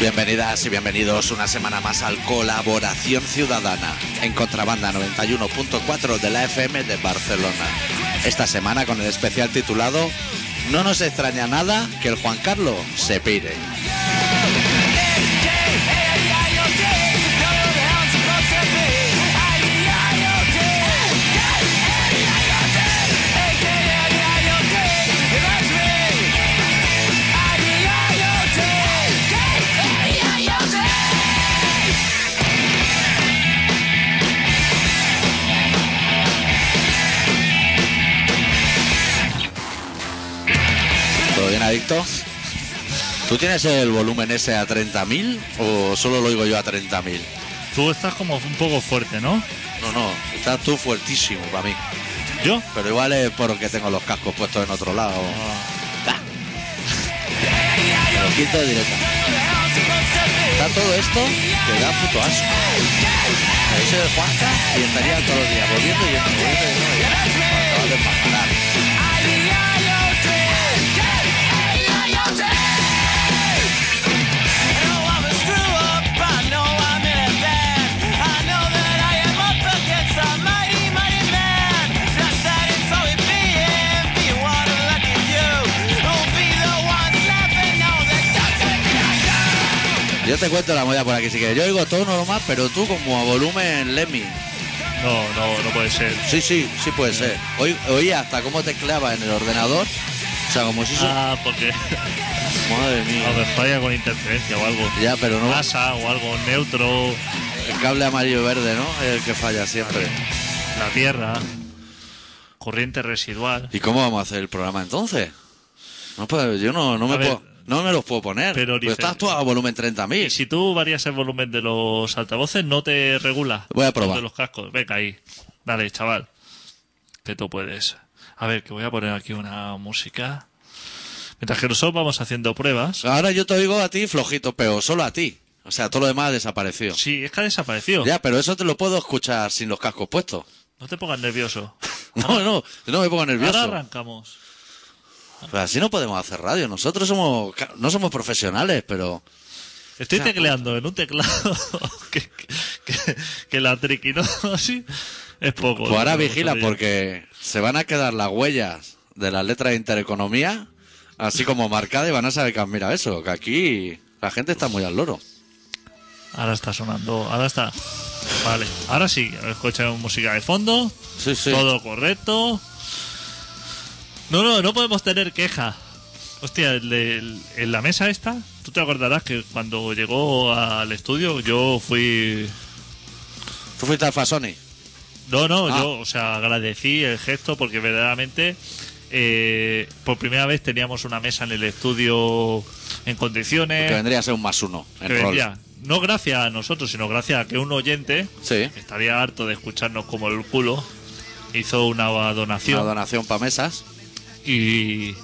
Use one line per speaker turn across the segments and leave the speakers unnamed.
Bienvenidas y bienvenidos una semana más al Colaboración Ciudadana en Contrabanda 91.4 de la FM de Barcelona. Esta semana con el especial titulado No nos extraña nada que el Juan Carlos se pire. ¿Todo bien, adicto? ¿Tú tienes el volumen ese a 30.000 o solo lo oigo yo a 30.000?
Tú estás como un poco fuerte, ¿no?
No, no, estás tú fuertísimo para mí.
¿Yo?
Pero igual es porque tengo los cascos puestos en otro lado. Ah. Lo quito de directa. Está todo esto que da puto asco. Pero ese de Juanca y estaría todos los días volviendo y yendo, volviendo y yendo, volviendo, para acabar de empatar. Yo te cuento la moda por aquí si quieres. Yo oigo todo normal, pero tú como a volumen Lemmy.
No, no, no puede ser.
Sí, sí, sí puede ser. Hoy, oía hasta cómo tecleaba en el ordenador. O sea, como si eso...
Ah, porque a
Madre mía.
lo mejor hay alguna interferencia o algo.
Ya, pero no...
Pasa o algo neutro,
El cable amarillo y verde, ¿no? Es el que falla siempre.
la tierra, corriente residual.
¿Y cómo vamos a hacer el programa entonces? No puedo- yo no, no me
A ver.
puedo- no me los puedo poner. Pues
Pero dice-
estás tú a volumen
Y
30.000.
si tú varías el volumen de los altavoces, no te regula.
Voy a probar.
De los cascos. Venga ahí. Dale, chaval. Que tú puedes. A ver, que voy a poner aquí una música. Mientras que nosotros vamos haciendo pruebas.
Ahora yo te oigo a ti flojito, pero solo a ti. O sea, todo lo demás ha desaparecido.
Sí, es que ha desaparecido.
Ya, pero eso te lo puedo escuchar sin los cascos puestos.
No te pongas nervioso.
No, no, no me pongo
Ahora
nervioso.
arrancamos.
Pero así no podemos hacer radio. Nosotros somos ca- no somos profesionales, pero
Estoy
Ya,
tecleando en un teclado que, que- que la triquinosis es poco.
pues ahora
Como
vigila
vosotros
porque se van a quedar las huellas de las letras de intereconomía así como marcadas y van a saber que has mirado eso, que aquí la gente está muy al loro.
ya. Ahora está sonando. Ahora está. Vale. Ahora sí. Escuchamos música de fondo.
Sí, sí.
Todo correcto. No, no, no podemos tener queja. Hostia, el de- el- en la mesa esta, tú te acordarás que cuando llegó al estudio yo fui...
Tú fuiste al Fasoni.
Eh. No, no,
Ah.
yo, o sea, agradecí el gesto porque verdaderamente eh, por primera vez teníamos una mesa en el estudio en condiciones.
Que vendría a ser un más uno en
que
rol.
vendía. No gracias a nosotros, sino gracias a que un oyente,
Sí.
que estaría harto de escucharnos como el culo, hizo una donación.
Una donación para mesas.
Y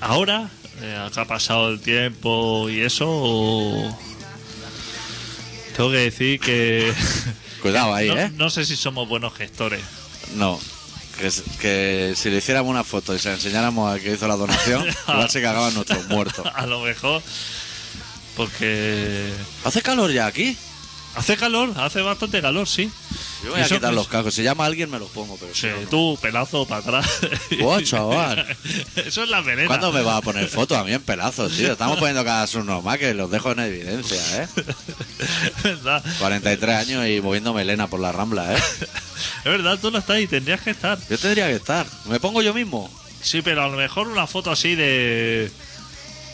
ahora, eh, que ha pasado el tiempo y eso, tengo que decir que
Cuidado ahí,
no,
¿eh?
no sé si somos buenos gestores.
No. Que, s- que si le hiciéramos una foto y se la enseñáramos al que hizo la donación, igual se cagaban nuestros muertos.
A lo mejor, porque
¿Hace calor ya aquí?
hace calor, hace bastante calor, sí.
Yo voy a
Eso,
quitar
pues,
los cascos. Si llama a alguien me los pongo, pero si
sí,
no, no.
tú, pelazo para atrás.
Buah, chaval.
Eso es la venena.
¿Cuándo me vas a poner fotos a mí en pelazos, tío? Estamos poniendo cada uno más que los dejo en evidencia, ¿eh?
es verdad,
43 años y moviendo melena por la rambla, ¿eh?
es verdad, tú no estás y tendrías que estar.
Yo tendría que estar. ¿Me pongo yo mismo?
Sí, pero a lo mejor una foto así de.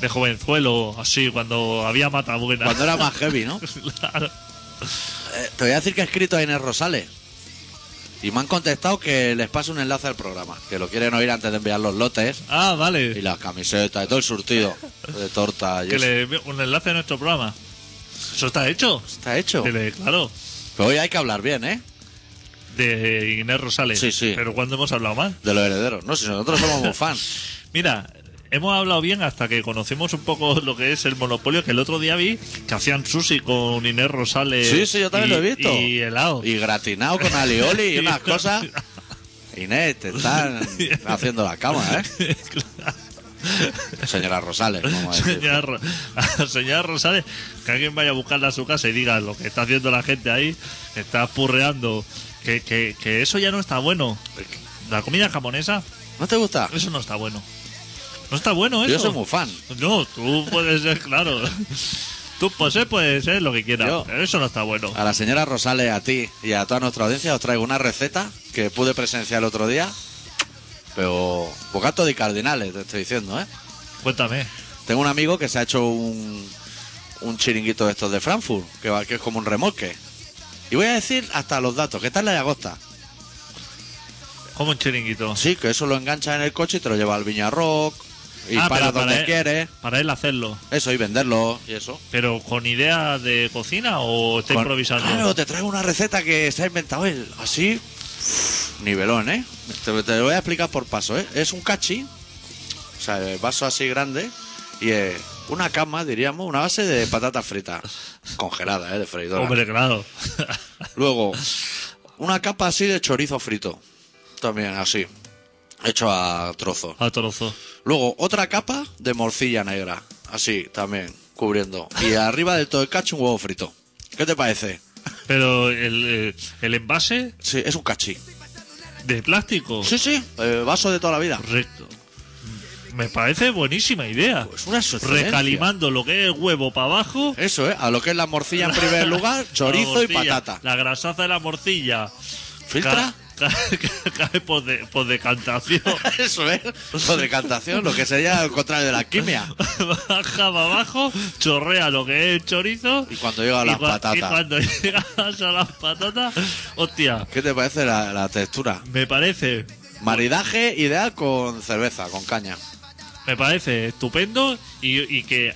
de jovenzuelo, así, cuando había mata buena.
Cuando era más heavy, ¿no?
Claro.
Eh, te voy a decir que he escrito a Inés Rosales. Y me han contestado que les paso un enlace al programa. Que lo quieren oír antes de enviar los lotes.
Ah,
Y
vale.
las camisetas y todo el surtido de torta. y
Que
eso.
le envío un enlace a nuestro programa. Eso está hecho.
Está hecho.
Que le- claro.
Pero hoy hay que hablar bien, ¿eh?
De Inés Rosales.
Sí, sí.
Pero cuando hemos hablado mal.
De los herederos. No, si nosotros somos muy fans.
Mira, hemos hablado bien hasta que conocimos un poco lo que es el monopolio. Que el otro día vi que hacían sushi con Inés Rosales.
Sí, sí, yo también
Eh, y-
lo he visto.
Y helado.
Y gratinado con alioli y unas cosas. Inés, te están haciendo la cama, ¿eh? Señora Rosales, vamos a decir.
Señora, Ro- a la señora Rosales, que alguien vaya a buscarla a su casa y diga lo que está haciendo la gente ahí, que está purreando, que, que- que eso ya no está bueno. La comida japonesa,
¿No te gusta?
eso no está bueno. No está bueno eso.
Yo soy muy fan.
No, tú puedes ser, claro. Tú puedes ser, puedes ser lo que quieras.
Yo- Ah.
pero eso no está bueno.
A la señora Rosales, a ti y a toda nuestra audiencia os traigo una receta que pude presenciar el otro día. Pero bocato de cardinales, te estoy diciendo, ¿eh?
Cuéntame.
Tengo un amigo que se ha hecho un, un chiringuito de estos de Frankfurt, que, va, que es como un remolque. Y voy a decir hasta los datos. ¿Qué tal la llagosta?
Como un chiringuito.
Sí, que eso lo enganchas en el coche y te lo lleva al Viñarrock. Y
Ah,
para
pero para
donde
él-
quieres.
Para él hacerlo.
Eso, y venderlo y eso.
¿Pero con idea de cocina o está
Con-
improvisando?
Claro, te traigo una receta que se ha inventado él. Así, nivelón, ¿eh? Te, te lo voy a explicar por paso, ¿eh? Es un cachi, o sea, el vaso así grande, y eh, una cama, diríamos, una base de patatas fritas, congelada, ¿eh? De freidora.
Hombre, claro.
Luego, una capa así de chorizo frito, también así, hecho a trozos.
A trozo.
Luego, otra capa de morcilla negra, así, también, cubriendo. Y arriba del todo el cachi un huevo frito. ¿Qué te parece?
Pero el, eh, el envase
Sí, es un cachi.
de plástico.
Sí, sí, eh, vaso de toda la vida.
Correcto. Me parece buenísima idea.
Pues una succedencia.
Recalimando lo que es huevo para abajo.
Eso, ¿eh? A lo que es la morcilla en primer lugar, chorizo
La
y
morcilla,
patata.
La grasaza de la morcilla.
¿Filtra?
Ca- ca- Cae por, de- por decantación.
Eso es, lo de cantación, lo que sería el contrario de la quimia.
Baja para abajo, chorrea lo que es el chorizo.
Y cuando llega a
y
las
cua- Y
patatas.
cuando llegas a las patatas, hostia,
¿Qué te parece la, la textura?
me parece,
Maridaje ideal con cerveza, con caña.
me parece estupendo y, y que eh,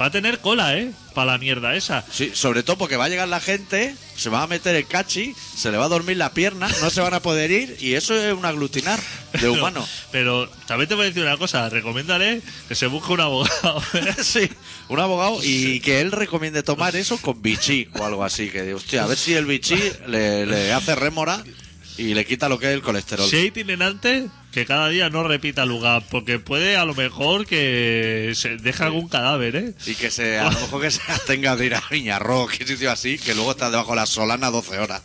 va a tener cola, ¿eh? Para la mierda esa.
Sí, sobre todo porque va a llegar la gente, se va a meter el cachi, se le va a dormir la pierna, no se van a poder ir y eso es un aglutinar de humanos.
Pero también te voy a decir una cosa, recomiéndale que se busque un abogado. ¿eh?
Sí, un abogado y que él recomiende tomar eso con bichí o algo así. Que, hostia, a ver si el bichí le, le hace rémora y le quita lo que es el colesterol.
Si hay itinerante, que cada día no repita lugar, porque puede a lo mejor que se deja algún cadáver, ¿eh?
Y que se, a lo mejor que se tenga de ir a Viñarroc y sitio así, que luego está debajo de la solana 12 horas.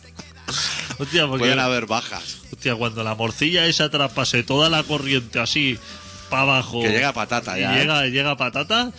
Hostia, porque
Pueden haber bajas.
hostia, cuando la morcilla esa traspase toda la corriente así para abajo.
Que llega patata
y
ya, ¿eh?
llega, llega patata.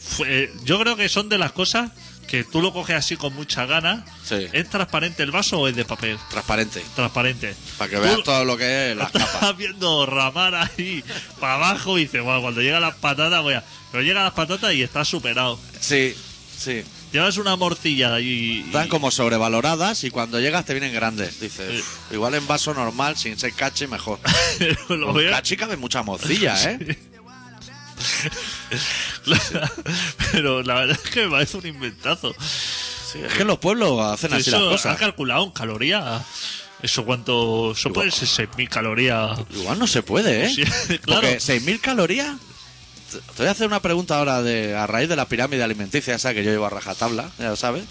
fue- eh, yo creo que son de las cosas que tú lo coges así con mucha gana.
Sí.
¿Es transparente el vaso o es de papel?
Transparente,
Transparente.
para que
Tú-
veas todo lo que es las capas.
Estás viendo ramar ahí para abajo y dices, bueno, cuando llegan las patatas, voy a. Pero llegan las patatas y estás superado.
Sí, sí.
Llevas una morcilla y. y-
Están como sobrevaloradas y cuando llegas te vienen grandes. Dices, "Uf, igual en vaso normal, sin ser cachi, mejor.
lo
Con
veo.
cachi cabe mucha mocilla, ¿eh?
Pero la verdad es que me parece un inventazo.
Sí, es que los pueblos hacen así las
eso ha
cosas.
calculado en calorías. Eso cuánto. Eso puede ser 6.000 calorías.
Igual no se puede, ¿eh?
Sí, claro.
Porque 6.000 calorías. Te te voy a hacer una pregunta ahora de a raíz de la pirámide alimenticia esa que yo llevo a rajatabla, ya lo sabes.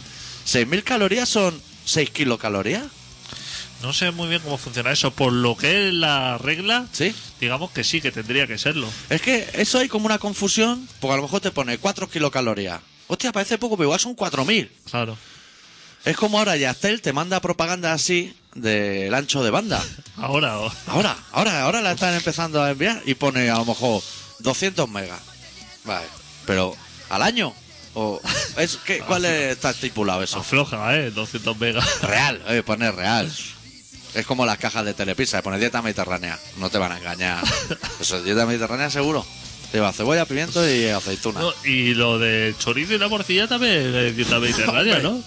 6.000 calorías son 6 kilocalorías,
No sé muy bien cómo funciona eso. Por lo que es la regla,
¿sí?
digamos que sí, que tendría que serlo.
Es que eso hay como una confusión, porque a lo mejor te pone 4 kilocalorías. Hostia, parece poco, pero igual son 4.000.
Claro.
Es como ahora Yastel te manda propaganda así del ancho de banda.
Ahora. oh, o-
Ahora, ahora, ahora la están empezando a enviar y pone a lo mejor 200 megas. Vale, pero ¿al año? ¿O es, qué, ¿Cuál es- está estipulado eso?
Afloja, ¿eh? 200 megas.
Real, oye, pone real. Es como las cajas de Telepizza, pone dieta mediterránea. No te van a engañar. Eso es dieta mediterránea seguro. Lleva cebolla, pimiento y aceituna.
No, y lo de chorizo y la morcilla también es dieta mediterránea, ¿no?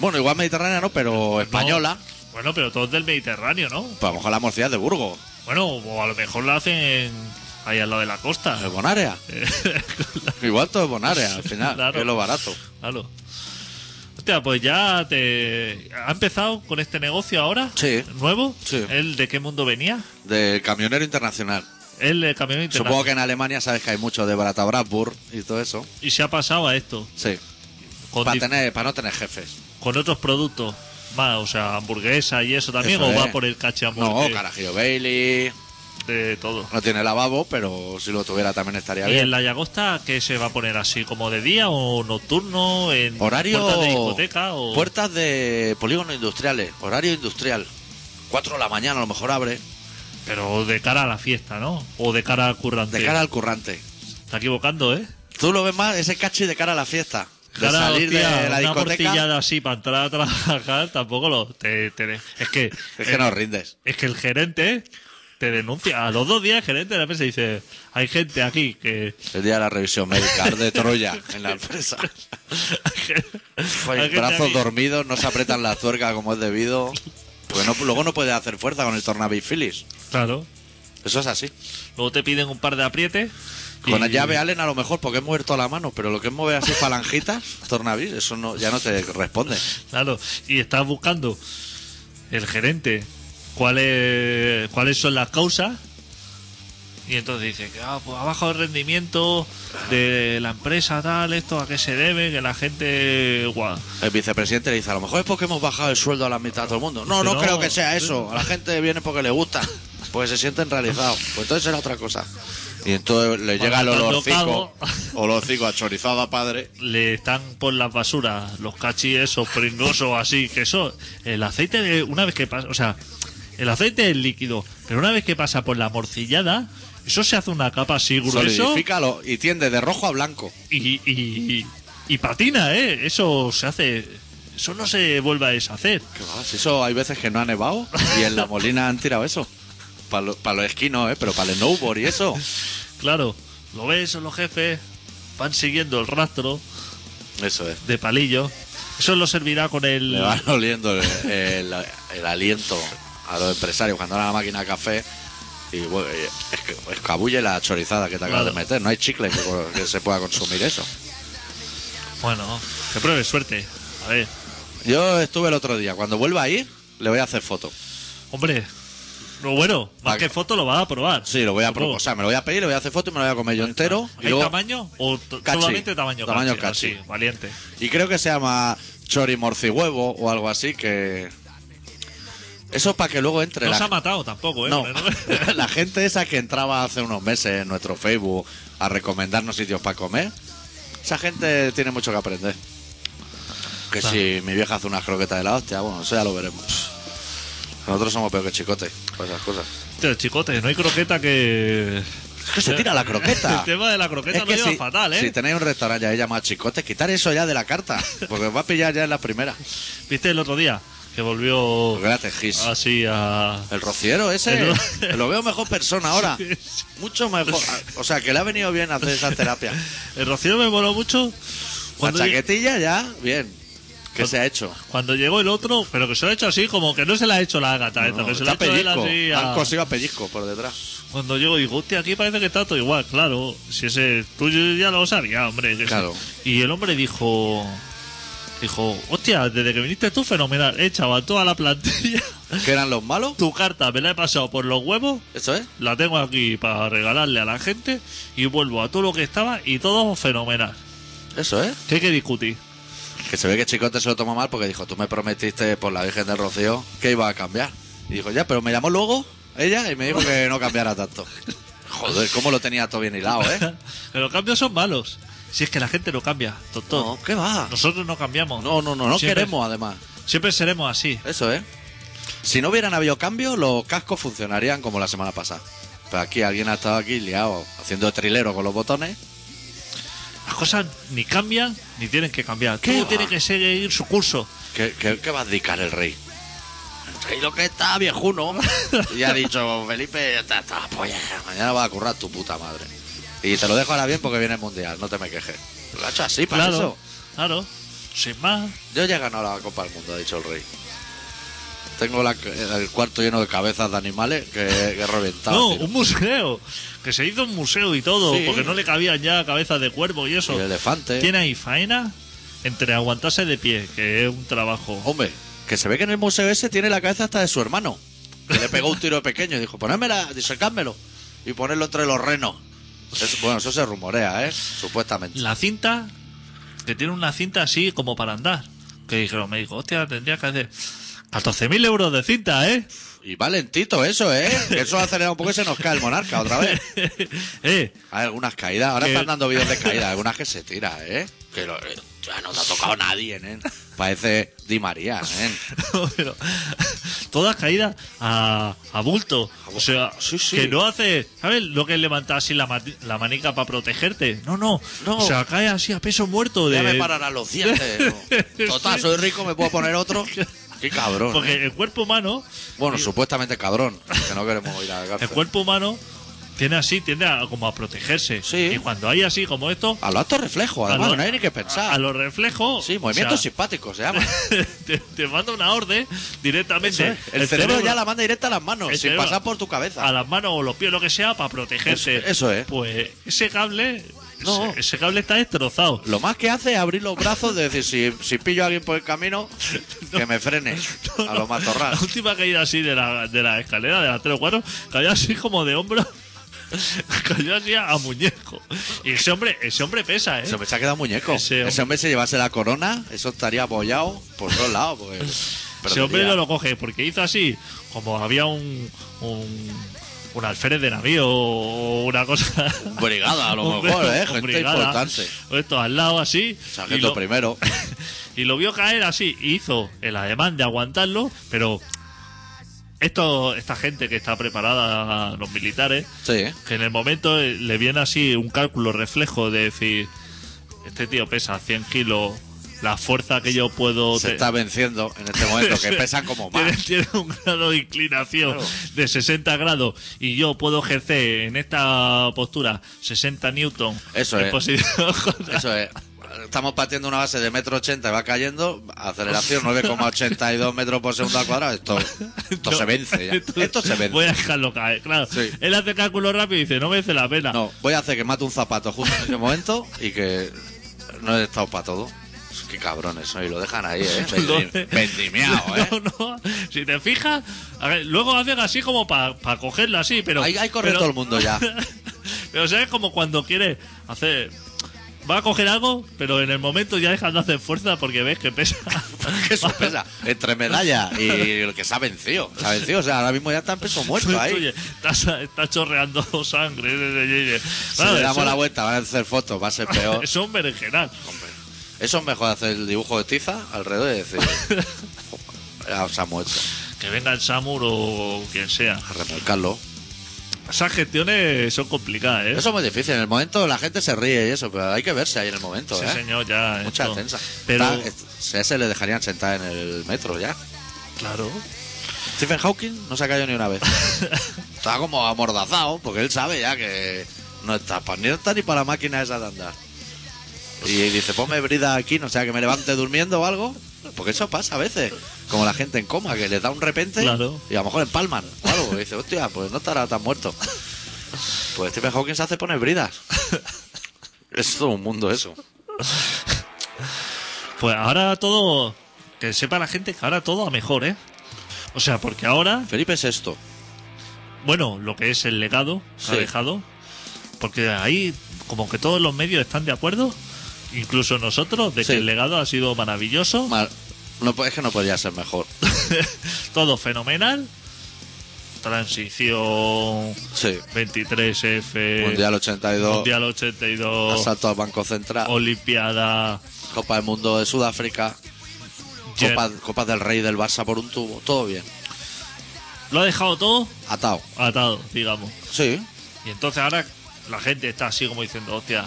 Bueno, igual mediterránea no, pero española.
No. Bueno, pero todo es del Mediterráneo, ¿no?
Pues a lo mejor la morcilla es de Burgos,
Bueno, o a lo mejor la hacen ahí al lado de la costa.
es Bonaria. Igual todo es Bonaria, al final,
Claro.
es lo barato.
claro. Hostia, pues ya te... ¿Ha empezado con este negocio ahora?
Sí.
¿Nuevo?
Sí.
¿El de qué mundo venía?
Del camionero internacional.
El de camión internacional.
Supongo que en Alemania sabes que hay mucho de Barata Bradburg y todo eso.
Y se ha pasado a esto.
Sí.
Con,
Para,
di-
tener, para no tener jefes.
con otros productos. Más, o sea, hamburguesa y eso también.
Eso
¿O
es.
va por el caché
No,
hamburguesa?
Carajillo Bailey,
de todo.
No tiene lavabo, pero si lo tuviera también estaría
¿Y en
bien.
la Llagosta qué se va a poner así? ¿Como de día o nocturno? ¿En
Horario.
puertas de discoteca? O...
Puertas de polígonos industriales. Horario industrial. 4 de la mañana a lo mejor abre.
Pero de cara a la fiesta, ¿no? O de cara al currante.
De cara al currante.
Está equivocando, ¿eh?
Tú lo ves más, ese cachi de cara a la fiesta. De
Cara,
salir
hostia,
de la
una
discoteca.
portillada así para entrar a trabajar tampoco lo... Te, te- es que...
Es que no rindes.
Es que el gerente te denuncia. A los dos días el gerente de la empresa dice, hay gente aquí que...
El día de la revisión médica de Troya en la empresa. Joder,
hay gente
brazos
aquí".
dormidos, no se apretan la tuerca como es debido. Porque no- luego no puede hacer fuerza con el tornavís Phillips.
Claro.
Eso es así.
Luego te piden un par de aprietes. y-
Con la llave Allen a lo mejor porque es muerto a la mano, pero lo que es mover así falangitas, tornavís, eso no, ya no te responde.
Claro. Y estás buscando el gerente cuál es- cuáles son las causas. Y entonces dice que ah, pues ha bajado el rendimiento de la empresa, tal, esto a qué se debe, que la gente. guau.
El vicepresidente le dice, a lo mejor es porque hemos bajado el sueldo a la mitad de todo el mundo. No,
Dice,
no,
"No".
creo que sea eso. A la gente viene porque le gusta, porque se sienten realizados. Pues entonces era otra cosa. Y entonces le llega el
Matando
olorcico,
cabo.
olorcico achorizado a padre.
le están por las basuras los cachis esos pringosos así que eso el aceite de- una vez que pasa o sea el aceite es líquido pero una vez que pasa por la morcillada eso se hace una capa así grueso y,
Solidifícalo y tiende de rojo a blanco.
y- y patina eh eso se hace eso no se vuelve a deshacer
¿Qué va? Si eso hay veces que no ha nevado y en la molina han tirado eso. Para los esquinos, ¿eh? pero para el snowboard y eso.
claro lo ves los jefes van siguiendo el rastro
Eso es.
de palillo eso lo servirá con el
Le van oliendo el, el- el aliento a los empresarios cuando van a la máquina de café y bueno, y es que- escabulle la chorizada que te acabas
Claro.
de meter. No hay chicle que, que se pueda consumir eso.
bueno que pruebe suerte a ver
Yo estuve el otro día. Cuando vuelva a ir, le voy a hacer foto.
Hombre, no bueno, más
Va-
que foto lo vas a probar.
Sí, lo voy a pro-
Supongo.
O sea, me lo voy a pedir, le voy a hacer foto y me lo voy a comer yo entero. Y,
¿Hay
luego-
tamaño o t-
Cachi.
solamente tamaño
Tamaño
cachi?
cachi.
Así, valiente.
y creo que se llama chori morci huevo o algo así que. Eso es para que luego entre
No
la
se ha matado tampoco, ¿eh?
No,
Pero-
la gente esa que entraba hace unos meses en nuestro Facebook a recomendarnos sitios para comer, esa gente tiene mucho que aprender. Que
Claro.
si mi vieja hace unas croquetas de la hostia, bueno, eso ya lo veremos. Nosotros somos peor que chicote, para esas cosas.
Tío, chicote, no hay croqueta que.
Es que se tira la croqueta.
El tema de la croqueta
Es
lo
que
lleva
si,
fatal, ¿eh?
si tenéis un restaurante ahí llamado Chicote, quitar eso ya de la carta, porque os va a pillar ya en la primera.
¿Viste el otro día? Que volvió
Gracias, Gis.
así a.
El rociero ese,
El
lo veo mejor persona ahora.
Sí,
Ah, Mucho mejor. O sea, que le ha venido bien hacer esa terapia.
El rocío me voló mucho.
La
Cuando, lle-
chaquetilla ya, bien. ¿Qué se ha hecho?
cuando llegó el otro, pero que se lo ha hecho así, como que no se la ha hecho la gata,
No,
que
está
se la ha hecho él
pellizco.
así a-
Han cosido a pellizco por detrás.
Cuando llego digo, hostia, aquí parece que está todo igual, claro. Si ese tuyo ya lo sabía, hombre. que
Claro.
sí. Y el hombre dijo, dijo, hostia, desde que viniste tú, fenomenal. He echado a toda la plantilla.
¿Qué eran los malos?
Tu carta me la he pasado por los huevos,
Eso es.
la tengo aquí para regalarle a la gente y vuelvo a todo lo que estaba y todo fenomenal.
Eso es.
¿Qué hay que discutir?
Que se ve que Chicote se lo tomó mal porque dijo, tú me prometiste por la Virgen del Rocío que iba a cambiar. Y dijo, ya, pero me llamó luego ella y me dijo que no cambiara tanto. Joder, cómo lo tenía todo bien hilado, ¿eh?
que los cambios son malos. Si es que la gente no cambia, doctor.
No, ¿qué va?
Nosotros no cambiamos.
No, no, no, no
Siempre-
queremos además.
Siempre seremos así.
Eso es. Si no hubieran habido cambios, los cascos funcionarían como la semana pasada. Pero aquí alguien ha estado aquí liado haciendo trilero con los botones.
Las cosas ni cambian ni tienen que cambiar.
¿Qué
Todo
va?
tiene que seguir su curso.
¿Qué, qué- qué va a dedicar el rey? El rey lo que está viejuno. Y ha dicho, Felipe, está, está polla. Mañana vas a currar tu puta madre. Y te lo dejo ahora bien porque viene el mundial, no te me quejes. Lo ha hecho así, para
claro,
eso.
claro. Sin más.
Yo ya he ganado la Copa del Mundo, ha dicho el rey. Tengo la- el cuarto lleno de cabezas de animales que, que he reventado.
no,
tío.
un museo. Que se hizo un museo y todo,
Sí.
porque no le cabían ya cabezas de cuervo y eso.
Y el elefante.
Tiene ahí faena entre aguantarse de pie, que es un trabajo.
Hombre, que se ve que en el museo ese tiene la cabeza hasta de su hermano. Que le pegó un tiro de pequeño y dijo, ponémela, disecádmelo. Y ponerlo entre los renos. Eso- bueno, eso se rumorea, ¿eh? Supuestamente.
La cinta, que tiene una cinta así como para andar. Que dijeron, me dijo, hostia, tendría que hacer. 14.000 euros de cinta, ¿eh?
Y va lentito eso, ¿eh? Que eso acelera un poco y se nos cae el monarca otra vez.
eh,
Hay algunas caídas. Ahora
Que-
están dando vídeos de caídas. Algunas que se tira, ¿eh? Que lo- eh, ya no te ha tocado nadie, ¿eh? Parece Di María, ¿eh?
No, pero todas caídas a, a bulto. O sea,
Sí, sí.
que no hace, ¿sabes? Lo que es levantar así la, mati- la manica para protegerte. No, no,
No.
O sea, cae así a peso muerto de...
Ya me pararán los dientes. ¿no? Total, soy rico, me puedo poner otro. Qué cabrón. ¿eh?
Porque el cuerpo humano,
Bueno, supuestamente cabrón. Que no queremos ir a la
el
cárcel.
cuerpo humano tiene así, tiende a, como a protegerse.
Sí.
Y cuando hay así como esto,
A los actos reflejos,
a
además, Pues
los-
no hay ni que
a
pensar.
los reflejos...
Sí,
o
movimientos
sea,
simpáticos se llama.
te, te manda una orden
Eso
directamente.
es. El, cerebro, ya la manda directa a las manos,
el
sin
cerebro-
pasar por tu cabeza.
a las manos o los pies, lo que sea, para protegerse.
Eso- eso es.
Pues ese cable.
No.
Ese, ese cable está destrozado.
Lo más que hace es abrir los brazos, de decir, si, si pillo a alguien por el camino, que me frene
No,
a
no.
los matorral.
La última caída así de la, de la escalera, de las 3 o 4, cayó así como de hombro. cayó así a, a muñeco. Y ese hombre, ese hombre pesa, ¿eh?
Ese hombre se ha quedado muñeco.
Ese
Ese
hombre-
hombre, se llevase la corona, eso estaría apoyado por todos lados. Porque,
ese hombre
perdería.
no lo coge porque hizo así, como había un. un un alférez de navío o una cosa.
Brigada, a lo
Un-
mejor, ¿eh?
un
Gente
brigada,
importante.
o Esto al lado así. y
Sargento
lo-
primero.
Y lo vio caer así, y hizo el ademán de aguantarlo, pero esto, esta gente que está preparada, los militares,
Sí.
que en el momento eh, le viene así un cálculo reflejo de decir, este tío pesa 100 kilos, la fuerza que yo puedo...
Se
te-
está venciendo en este momento, que pesan como
tiene,
más.
tiene un grado de inclinación
Claro.
de 60 grados y yo puedo ejercer en esta postura 60 newton
Eso
en
es.
posición
Eso es. Estamos partiendo una base de metro ochenta y va cayendo, aceleración 9,82 metros por segundo al cuadrado. Esto, esto
No.
se vence ya.
Esto-
Esto se vence.
Voy a dejarlo caer, claro.
Sí.
Él hace cálculo rápido y dice, no merece la pena.
No, voy a hacer que mate un zapato justo en ese momento y que no he estado para todo. Qué cabrones son y lo dejan ahí, ¿eh? Vendim- Vendimiao, ¿eh?
No, no. Si te fijas, a ver, luego hacen así como para cogerlo así, pero...
Ahí- ahí corre
pero-
todo el mundo ya.
pero sabes como cuando quieres hacer... Va a coger algo, pero en el momento ya dejas de hacer fuerza porque ves que pesa.
Que eso pesa. Entre medalla y el que se ha vencido. Se ha vencido, o sea, ahora mismo ya está en peso muerto ahí.
Oye, está, está chorreando sangre.
Si
Claro,
le damos
eso-
la vuelta, van a hacer fotos, va a ser peor.
Eso es un berenjenal.
Eso es mejor hacer el dibujo de tiza alrededor y decir. "Joder, Se ha muerto.
Que venga el Samur o quien sea.
A remolcarlo.
Esas gestiones son complicadas, ¿eh?
Eso es muy difícil. En el momento la gente se ríe y eso, pero hay que verse ahí en el momento,
sí,
¿eh?
señor, ya.
Mucha
esto.
tensa.
Pero,
Está- es- ese le dejarían sentar en el metro ya.
claro.
Stephen Hawking no se ha caído ni una vez. está como amordazado, porque él sabe ya que no está, pa- ni está ni para la máquina esa de andar. Y dice, ponme brida aquí, no sea que me levante durmiendo o algo. Porque eso pasa a veces. Como la gente en coma, que les da un repente
Claro.
y a lo mejor empalman o algo. Y dice, hostia, pues no estará tan muerto. Pues Stephen Hawking se hace poner bridas. es todo un mundo eso.
Pues ahora todo. Que sepa la gente que ahora todo a mejor, ¿eh? O sea, porque ahora,
Felipe es esto.
bueno, lo que es el legado que ha
Sí.
dejado, porque ahí como que todos los medios están de acuerdo, incluso nosotros, de
Sí.
que el legado ha sido maravilloso,
Mal- No, es que no podría ser mejor.
todo fenomenal, transición
Sí.
23F,
Mundial 82,
Eh, Mundial 82,
asalto al Banco Central,
Olimpiada,
Copa del Mundo de Sudáfrica,
Jet.
Copa, Copa del Rey del Barça por un tubo, todo bien.
lo ha dejado todo
Atado.
atado, digamos.
Sí.
Y entonces ahora la gente está así como diciendo, hostia,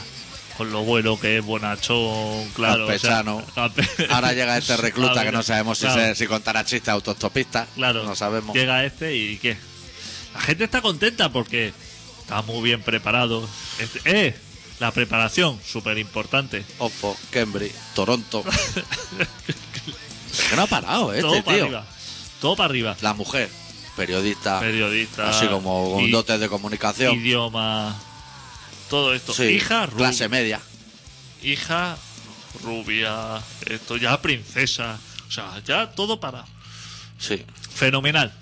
con lo bueno que es Bonachón, claro. o sea,
Campechano.
campe-
Ahora llega este recluta
Claro,
que no sabemos si,
claro,
se- si contará chistes autostopistas.
Claro,
No sabemos.
Llega este y ¿qué? La gente está contenta porque está muy bien preparado. Este- ¡Eh! La preparación, súper importante.
Oxford, Cambridge, Toronto. es que no ha parado ¿eh,
Todo
este
para
tío.
arriba. Todo para arriba.
La mujer, periodista,
Periodista.
así como con
i-
dotes de comunicación.
Idioma. Todo esto.
Sí,
Hija rubia.
clase media.
hija rubia, esto ya princesa, o sea, ya todo para.
Sí.
Fenomenal.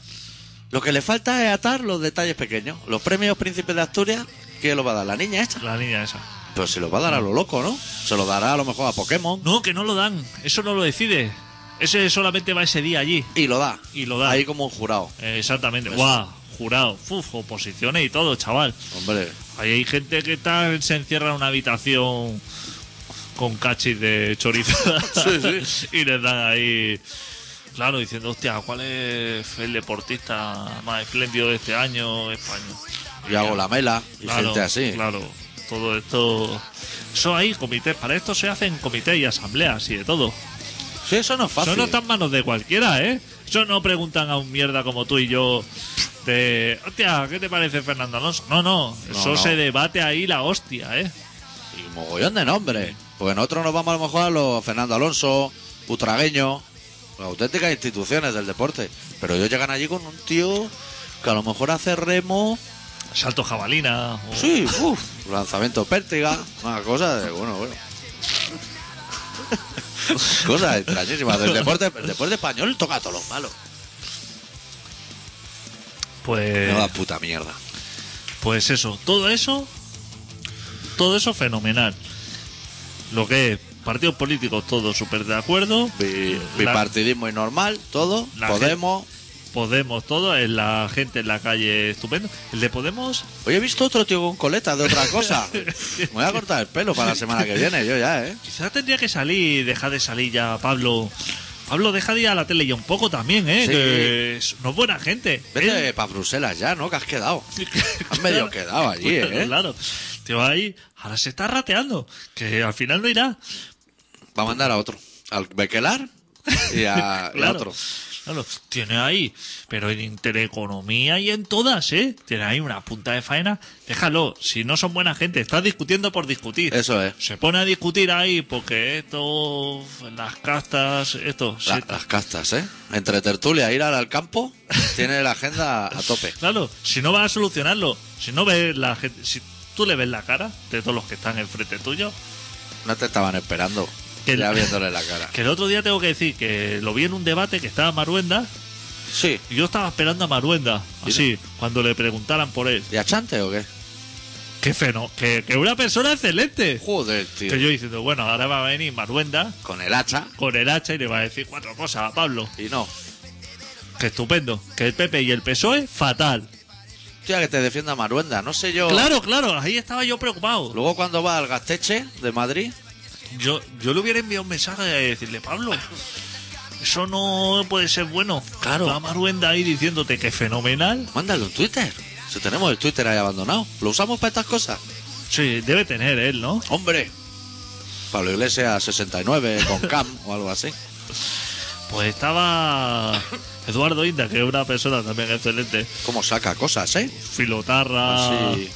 Lo que le falta es atar los detalles pequeños. Los premios Príncipes de Asturias, ¿quién los va a dar? La niña esta.
La niña esa.
Pues Pero se los va a dar a lo loco, ¿no? Se lo dará a lo mejor a Pokémon.
No, que no lo dan, eso no lo decide. Ese solamente va ese día allí.
Y lo da.
Y lo da.
Ahí como un jurado.
Eh, exactamente.
Eso.
Guau, jurado. Uf, oposiciones y todo, chaval.
Hombre,
Ahí hay gente que tal se encierra en una habitación con cachis de chorizo.
Sí, sí.
y les dan ahí. Claro, diciendo, hostia, ¿cuál es el deportista más espléndido de este año español?
yo hago la mela y
Claro,
gente así.
Claro, todo esto. Eso hay comités, para esto se hacen comités y asambleas y de todo.
Sí, eso no es fácil.
Eso no está en manos de cualquiera, ¿eh? Eso no preguntan a un mierda como tú y yo de. Hostia, ¿qué te parece Fernando Alonso? No, no, eso
no.
se debate ahí la hostia, ¿eh?
Y mogollón de nombres. Porque nosotros nos vamos a lo mejor a los Fernando Alonso, Utragueño, las auténticas instituciones del deporte. Pero ellos llegan allí con un tío que a lo mejor hace remo.
Salto jabalina. o-
Sí, uff, lanzamiento pértiga, una cosa de, bueno, bueno. Cosas extrañísimas del deporte, el deporte español toca a todos los malos.
Pues.
Menuda puta mierda.
Pues eso, todo eso. Todo eso fenomenal. Lo que es partidos políticos, todos súper de acuerdo.
Bi-
La-
bipartidismo y normal, todo.
La
Podemos.
Podemos, todo, en la gente en la calle, estupendo. El de Podemos,
Hoy he visto otro tío con coleta de otra cosa. Me voy a cortar el pelo para la semana que viene, yo ya, ¿eh?
Quizás tendría que salir, deja de salir ya Pablo. Pablo, deja de ir a la tele ya un poco también, ¿eh?
Sí.
Que es- no es buena gente.
Vete
¿Eh?
para Bruselas ya, ¿no? Que has quedado. Has medio quedado allí,
Claro,
¿eh?
Claro. Te va ahí, ahora se está rateando, que al final no irá.
Va a mandar a otro. Al Bequelar y a, y a
Claro.
otro.
Claro, tiene ahí, pero en intereconomía y en todas, ¿eh? Tiene ahí una punta de faena. Déjalo, si no son buena gente, estás discutiendo por discutir.
Eso es.
Se pone a discutir ahí porque esto, las castas, esto.
La-
se-
las castas, ¿eh? Entre tertulia, ir al, al campo, tiene la agenda a tope.
Claro, si no vas a solucionarlo, si no ves la gente, si tú le ves la cara de todos los que están enfrente tuyo,
No te estaban esperando.
Que-
Ya viéndole la cara.
que el otro día tengo que decir que lo vi en un debate que estaba Maruenda
Sí.
y yo estaba esperando a Maruenda, así, cuando le preguntaran por él.
¿Y a Chante o qué?
Qué feno, que, que una persona excelente.
Joder, tío.
Que yo diciendo, bueno, ahora va a venir Maruenda
Con el hacha.
con el hacha y le va a decir cuatro cosas a Pablo.
Y no.
Que estupendo, que el PP y el PSOE E, fatal.
Tía, que te defienda Maruenda, no sé yo.
Claro, claro, ahí estaba yo preocupado.
Luego cuando va al Gasteche de Madrid,
Yo, yo le hubiera enviado un mensaje de decirle, Pablo, eso no puede ser bueno.
Claro.
La Maruenda ahí diciéndote que fenomenal.
mándale un Twitter. Si tenemos el Twitter ahí abandonado. ¿Lo usamos para estas cosas?
Sí, debe tener él, ¿no?
Hombre. Pablo Iglesias 69 con Cam o algo así.
Pues estaba Eduardo Inda, que es una persona también excelente.
¿Cómo saca cosas, eh?
Filotarra,
Ah, Sí.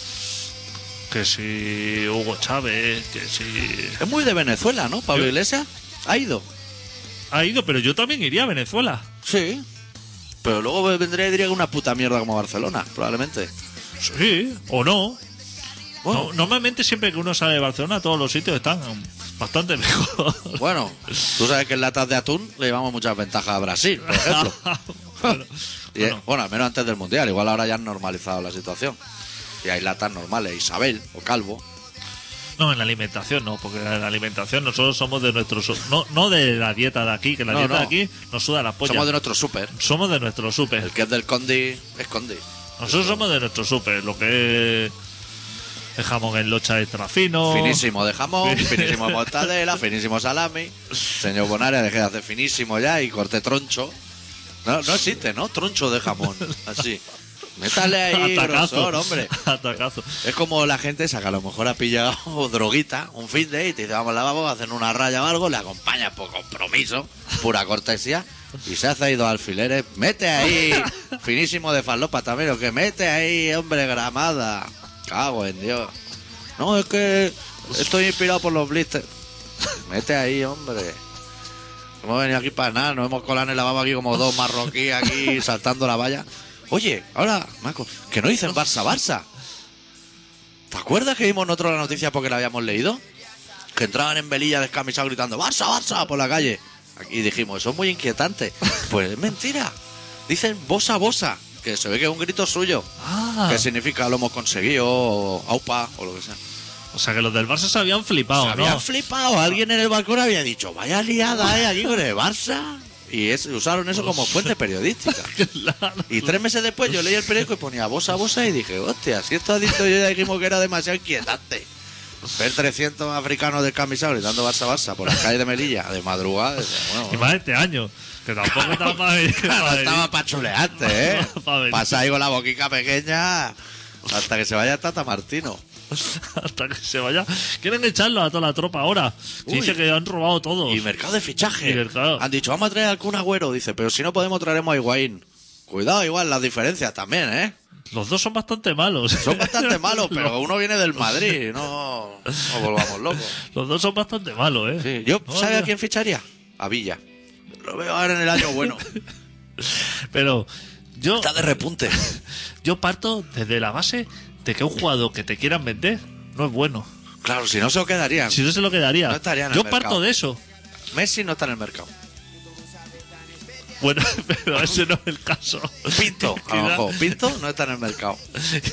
que si Hugo Chávez, que si...
Es muy de Venezuela, ¿no? Pablo
Yo-
Iglesias ha ido.
Ha ido, pero yo también iría a Venezuela.
Sí. Pero luego vendría y diría que una puta mierda como Barcelona, probablemente.
Sí, o no.
Bueno,
No- normalmente siempre que uno sale de Barcelona, todos los sitios están bastante mejor.
bueno, tú sabes que en latas de atún le llevamos muchas ventajas a Brasil, por ejemplo.
Bueno,
Y, eh,
bueno.
bueno, al menos antes del Mundial, igual ahora ya han normalizado la situación. Y hay latas normales, Isabel o Calvo.
No, en la alimentación no, porque en la alimentación nosotros somos de nuestro... su- No, no de la dieta de aquí, que la
No,
dieta
no.
de aquí nos suda la polla.
Somos de nuestro súper.
Somos de nuestro súper.
El que es del Condi es Condi.
Nosotros somos de nuestro súper, lo que es... El jamón en locha extra fino.
Finísimo de jamón,
Sí.
finísimo de mortadela, finísimo salami. Señor Bonaria, dejé de hacer finísimo ya y corté troncho. No, no existe, ¿no? Troncho de jamón, así. Métale ahí,
Atacazo.
grosor, hombre.
Atacazo.
Es como la gente esa que a lo mejor ha pillado droguita, un fin de y te dice, vamos al lavabo, hacen una raya o algo, le acompaña por compromiso, pura cortesía, y se hace ahí dos alfileres, mete ahí, finísimo de falopa también, lo que mete ahí, hombre, gramada, cago en Dios. No, es que estoy inspirado por los blisters. Mete ahí, hombre. Hemos venido aquí para nada, nos hemos colado en el lavabo aquí como dos marroquíes aquí saltando la valla. Oye, ahora, Marco, que no dicen Barça Barça. ¿Te acuerdas que vimos nosotros la noticia porque la habíamos leído? Que entraban en velilla descamisados gritando Barça, Barça por la calle. Y dijimos, eso es muy inquietante. Pues es mentira. Dicen Bosa, Bosa, que se ve que es un grito suyo.
Ah,
Que significa lo hemos conseguido, o aupa, o lo que sea.
o sea que los del Barça se habían flipado,
Se habían
Ah, ¿no?
flipado. Alguien en el balcón había dicho, vaya liada, ¿eh? Aquí con el Barça. Y es- usaron
Pues
eso como fuente periodística.
Claro.
Y tres meses después yo leí el periódico y ponía voz a vosa y dije, hostia, si esto ha dicho yo ya dijimos que era demasiado inquietante. Ver 300 africanos descamisados gritando Barça Barça por la calle de Melilla de madrugada. decía, bueno,
Y
bueno.
más este año. Que tampoco estaba para venir.
Claro,
para venir.
estaba pa' chulearte, ¿eh?
Pa' venir.
Pasa ahí con la boquica pequeña hasta que se vaya Tata Martino.
Hasta que se vaya. Quieren echarlo a toda la tropa ahora. Que
Uy.
dice que han robado todo.
Y mercado de fichaje.
Y mercado.
Han dicho, vamos a traer al Kun Agüero. Dice, pero si no podemos, traeremos a Higuaín. Cuidado, igual, las diferencias también, ¿eh?
Los dos son bastante malos.
Son bastante malos, pero uno viene del Madrid. No nos volvamos locos.
Los dos son bastante malos, ¿eh?
Sí, yo,
No,
¿sabe a
no.
quién ficharía? A Villa. Lo veo ahora en el año bueno.
Pero yo,
Está de repunte.
yo parto desde la base de que un jugador que te quieran vender no es bueno.
Claro, si no se lo quedarían.
Si no se lo quedaría.
No estaría en el
yo
mercado.
parto de eso.
Messi no está en el mercado.
Bueno, pero ese no es el caso.
Pinto, a lo
Quizá-
mejor. Pinto no está en el mercado.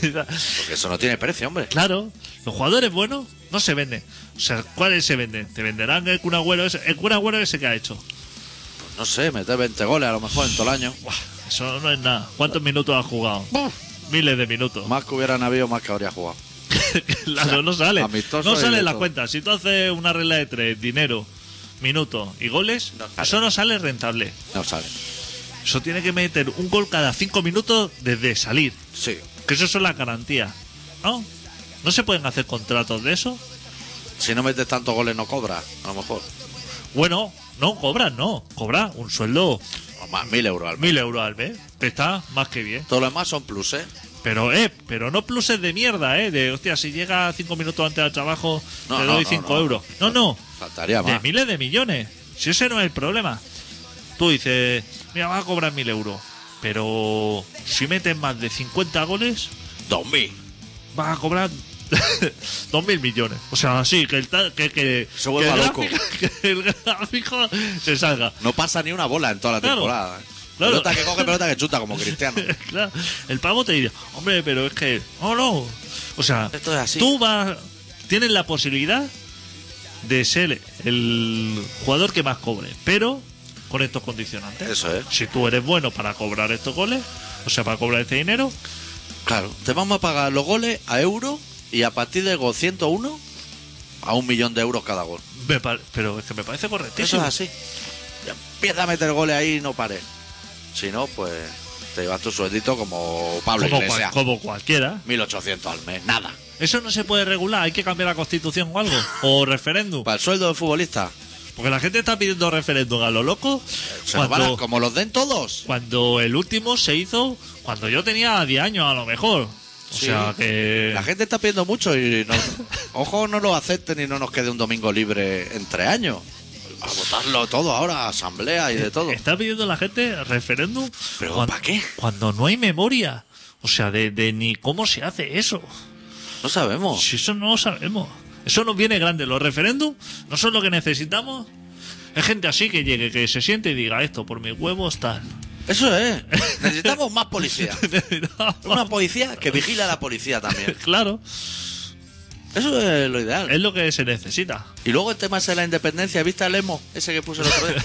quizá-
Porque eso no tiene precio, hombre.
Claro, los jugadores buenos no se venden. O sea, ¿cuáles se venden? Te venderán el Kun Agüero ese, el Kun Agüero ese que ha hecho.
Pues No sé, meter 20 goles a lo mejor en todo el año.
Buah, eso no es nada. ¿Cuántos minutos ha jugado? Miles de minutos.
Más que hubieran habido, más que habría jugado.
Claro, no sale.
amistoso
no
y
sale
de
la
todo.
cuenta. Si tú haces una regla de tres, dinero, minutos y goles,
No sale.
eso no sale rentable.
No sale.
Eso tiene que meter un gol cada cinco minutos desde salir.
Sí.
Que eso son las garantías. ¿No? ¿No se pueden hacer contratos de eso?
Si no metes tantos goles, no cobra, a lo mejor.
Bueno, no, cobran, no. Cobra un sueldo
O más, mil euros al mes.
mil euros al mes. Que está más que bien.
Todo lo demás son plus, ¿eh?
Pero, eh, pero no pluses de mierda, eh. De, hostia, si llega cinco minutos antes al trabajo,
No,
te
no,
doy
no,
cinco
no.
euros. No, no.
Faltaría
De
más.
miles de millones. Si ese no es el problema. Tú dices, mira, vas a cobrar mil euros. Pero si metes más de 50 goles,
Dos mil.
vas a cobrar dos mil millones. O sea, así, que el, ta- que, que,
Se vuelva
que el
loco.
gráfico- que el gráfico se salga.
No pasa ni una bola en toda la
Claro.
temporada. ¿eh?
Claro.
Pelota que coge, pelota que chuta, como Cristiano.
Claro, el pavo te diría, hombre, pero es que, no, no. O sea,
Esto es así.
tú vas, tienes la posibilidad de ser el jugador que más cobre, pero con estos condicionantes.
Eso es.
Si tú eres bueno para cobrar estos goles, o sea, para cobrar este dinero,
Claro. Te vamos a pagar los goles a euro y a partir del gol 101 a un millón de euros cada gol.
me pa- pero es que me parece
Eso
correctísimo.
es así. Ya Empieza a meter goles ahí y no pares. Si no, pues te llevas tu sueldito como Pablo
Como, cual-
Iglesias.
como cualquiera.
1800 al mes, nada.
Eso no se puede regular, hay que cambiar la constitución o algo. O referéndum.
Para el sueldo de futbolista,
Porque la gente está pidiendo referéndum a lo loco.
se lo van a-
Cuando,
como los den todos.
cuando el último se hizo, cuando yo tenía 10 años a lo mejor. O
Sí.
sea que.
La gente está pidiendo mucho y no- ojo, no lo acepten y no nos quede un domingo libre entre años. A votarlo todo ahora, asamblea y de todo.
Está pidiendo la gente referéndum.
¿Pero
cuan-
pa' qué?
Cuando no hay memoria. O sea, de, de ni cómo se hace eso.
No sabemos.
Si eso no lo sabemos. Eso nos viene grande. Los referéndums no son lo que necesitamos. Es gente así que llegue, que se siente y diga esto por mis huevos tal.
Eso es. Necesitamos más policía. Una policía que vigila a la policía también.
claro,
Eso es lo ideal.
es lo que se necesita.
Y luego el tema ese de la independencia, ¿viste al emo? Ese que puse el otro día.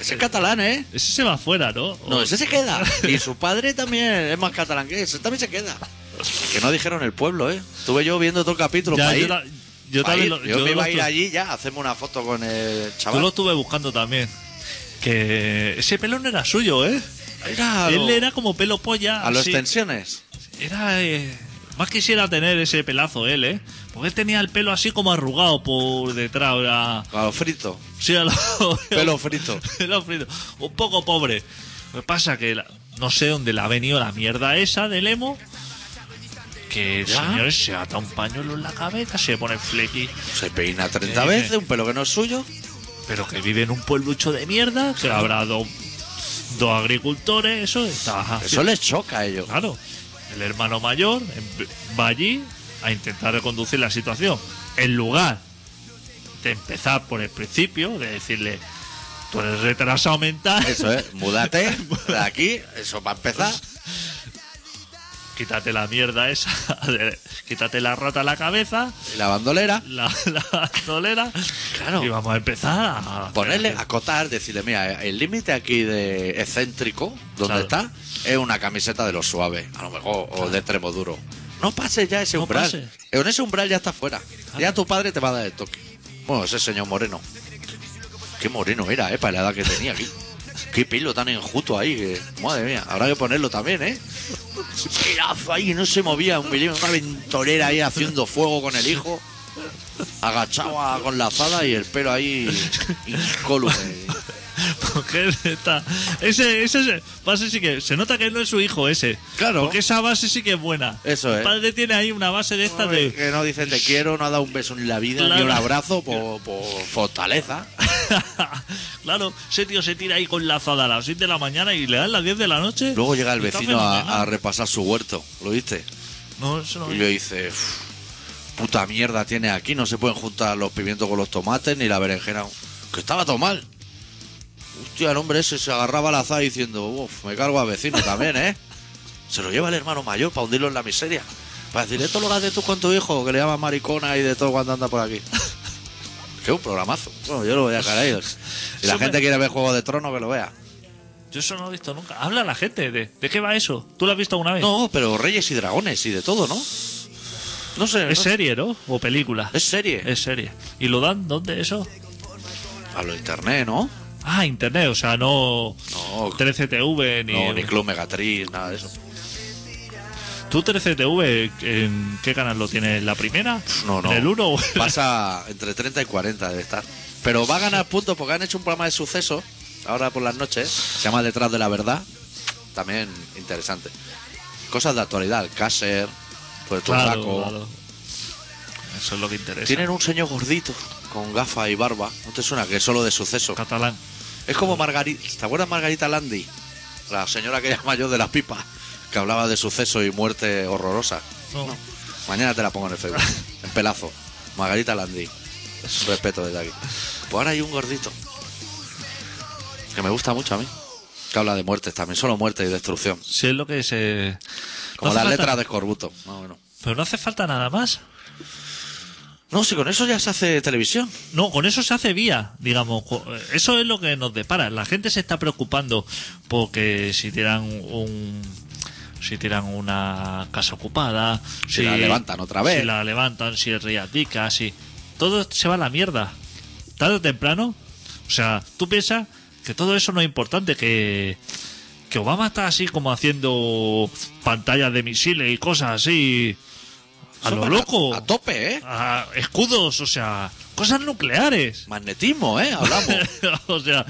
Ese es catalán, ¿eh?
Ese se va afuera, ¿no?
No,
O-
ese se queda. Y su padre también es más catalán que ese, también se queda. Que no dijeron el pueblo, ¿eh? Estuve yo viendo todo el capítulo
Ya,
para
yo
ir.
la- yo
para
también
ir.
lo-
Yo
yo
me
lo
iba a ir
estu-
allí ya, hacemos una foto con el
Yo
chaval.
lo estuve buscando también. Que ese pelo no era suyo, ¿eh?
Era a
Él
lo-
era como pelo polla.
a los
así.
extensiones.
Era. eh, más quisiera tener ese pelazo él, ¿eh? Porque él tenía el pelo así como arrugado por detrás. Era,
A los fritos.
sí, a lo-
Pelo frito.
pelo frito. Un poco pobre. Lo que pasa que la- no sé dónde le ha venido la mierda esa del emo. Que el
Ya.
señor se ata un pañuelo en la cabeza, se pone flequi.
Se peina 30
Eh.
veces, un pelo que no es suyo.
pero que vive en un pueblucho de mierda, que habrá dos dos agricultores, eso está.
Eso les choca a ellos.
Claro, el hermano mayor em- va allí a intentar reconducir la situación. En lugar de empezar por el principio, de decirle, tú eres retrasado mental,
Eso es, múdate de aquí, eso para empezar.
Quítate la mierda esa, quítate la rata a la cabeza,
Y la bandolera,
la, la bandolera,
Claro.
y vamos a empezar a
ponerle, acotar, decirle, mira, el límite aquí de excéntrico, donde
Claro.
está, es una camiseta de los suaves, a lo mejor, o de extremo duro. No pases ya ese
No
Este umbral.
pases.
En ese umbral ya está fuera. Ya tu padre te va a dar el toque. Bueno, ese señor moreno. Qué moreno era, eh, para la edad que tenía aquí. Qué pelo tan enjuto ahí. que- madre mía, habrá que ponerlo también, ¿eh? Pelazo ahí, no se movía un milímetro, una ventorera ahí haciendo fuego con el hijo. Agachado a- con la azada y el pelo ahí incólume.
Porque está- Ese, ese, ese base sí que. Se nota que no es su hijo ese.
Claro.
Porque esa base sí que es buena.
Eso es.
El padre tiene ahí una base de estas
Ay,
de.
Que no dicen te quiero, no ha dado un beso en la vida, ni
Claro.
un abrazo por, por fortaleza.
claro, ese tío se tira ahí con la azada a las 6 de la mañana y le dan las 10 de la noche.
Luego llega el
Y está
vecino a, a
fenomenal.
repasar su huerto, ¿lo viste?
No, eso no.
Y le dice, "Uf, puta mierda tiene aquí, no se pueden juntar los pimientos con los tomates ni la berenjena. Que estaba todo mal. Hostia, el hombre ese se agarraba la azada diciendo, uff, me cargo al vecino también, ¿eh? Se lo lleva el hermano mayor para hundirlo en la miseria. Para decir, esto lo haces tú con tu hijo, que le llamas maricona y de todo cuando anda por aquí. Que un programazo. Bueno, yo lo voy a dejar ahí. Si la
Eso me-
gente quiere ver Juego de Tronos, que lo vea.
Yo eso no lo he visto nunca. Habla la gente. ¿De, de qué va eso? ¿Tú lo has visto alguna vez?
No, pero Reyes y Dragones y de todo, ¿no? No sé. no-
Es serie, Eh. ¿no? O película.
es serie.
Es serie. ¿Y lo dan dónde eso?
A lo internet, ¿no?
Ah, internet, o sea, no.
No.
13TV ni.
No, ni Club Megatriz, nada de eso.
¿Tú 13TV en qué canal lo tienes? ¿La primera?
Pues No, no.
¿En el 1?
Pasa entre 30 y 40 debe estar. Pero va a ganar puntos porque han hecho un programa de sucesos ahora por las noches. Se llama Detrás de la Verdad. También interesante. Cosas de actualidad. Alcácer, pues
Claro,
Turbaco.
claro. Eso es lo que interesa.
Tienen un señor gordito con gafas y barba. ¿No te suena que es solo de sucesos?
Catalán.
Es como Margarita. ¿Te acuerdas Margarita Landi? La señora que llama yo de las pipas. Que hablaba de sucesos y muerte horrorosa.
No.
Mañana te la pongo en el Facebook. En pelazo. Margarita Landí. Un Respeto desde aquí. Pues ahora hay un gordito. Que me gusta mucho a mí. Que habla de muertes también. Solo muerte y destrucción.
Si es lo que se.
Como
No hace
las
falta-
letras de Escorbuto. Más o menos.
Pero no hace falta nada más.
No, si con eso ya se hace televisión.
No, con eso se hace vía, digamos. Jo- Eso es lo que nos depara. La gente se está preocupando porque si tiran un. Si tiran una casa ocupada. Si,
la levantan otra vez.
Si la levantan, si es riatica, si. Todo se va a la mierda. Tarde o temprano. O sea, tú piensas que todo eso no es importante, que. Que Obama está así como haciendo pantallas de misiles y cosas así. A
Eso
lo
va
loco
A tope, ¿eh?
a escudos, o sea, cosas nucleares.
Magnetismo, ¿eh? Hablamos.
o sea,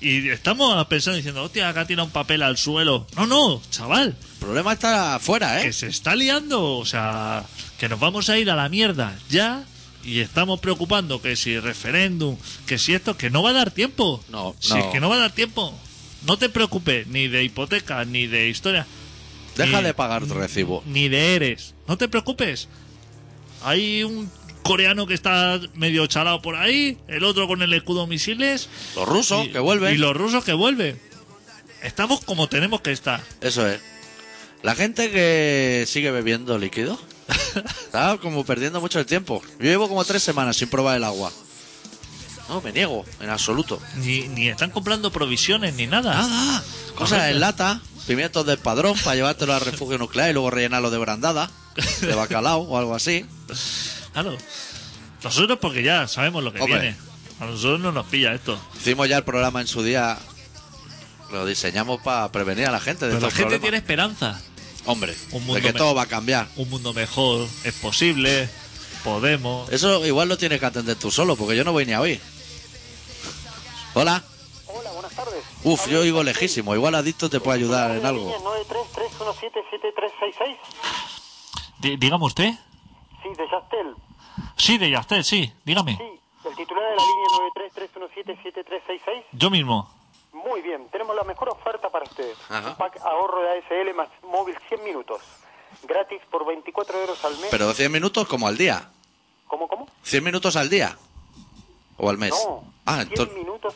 y estamos pensando diciendo, hostia, acá tira un papel al suelo. No, no, chaval,
El problema está afuera,
que
¿eh?
se está liando, o sea, que nos vamos a ir a la mierda ya. Y estamos preocupando que si referéndum, que si esto, que no va a dar tiempo.
No,
si
no.
es que no va a dar tiempo. No te preocupes ni de hipoteca, ni de historia,
Deja
y-
de pagar tu recibo.
ni de eres. No te preocupes. Hay un coreano que está medio chalado por ahí, el otro con el escudo misiles.
Los rusos,
y-
que vuelven.
Y los rusos que vuelven. Estamos como tenemos que estar.
Eso es. La gente que sigue bebiendo líquido está como perdiendo mucho el tiempo. Yo llevo como tres semanas sin probar el agua. No, me niego, en absoluto.
Ni, ni están comprando provisiones ni nada.
Nada, cosas en lata, pimientos del padrón para llevártelo al refugio nuclear y luego rellenarlo de brandada, de bacalao o algo así.
Claro. Nosotros porque ya sabemos lo que
Hombre.
viene. A nosotros no nos pilla esto.
Hicimos ya el programa en su día, lo diseñamos para prevenir a la gente de
Pero la
estos
gente tiene
problemas.
esperanza.
Hombre,
un
de
mundo
que
me-
todo va a cambiar.
Un mundo mejor es posible. Podemos.
Eso igual lo tienes que atender tú solo, porque yo no voy ni a oír. Hola.
Hola, buenas tardes.
Uf, yo
digo
oigo lejísimo. Igual Adicto te puede ayudar en algo.
933177366.
Di- dígame usted.
Sí, de Yastel.
Sí, de Yastel, sí. Dígame.
Sí, el titular de la línea 933177366.
Yo mismo.
Muy bien, tenemos la mejor oferta para ustedes.
Ajá.
Un pack ahorro de ASL más móvil 100 minutos. Gratis por 24 euros al mes.
Pero 100 minutos como al día.
¿Cómo, cómo?
100 minutos al día. O al mes.
No,
Ah,
100
entonces.
minutos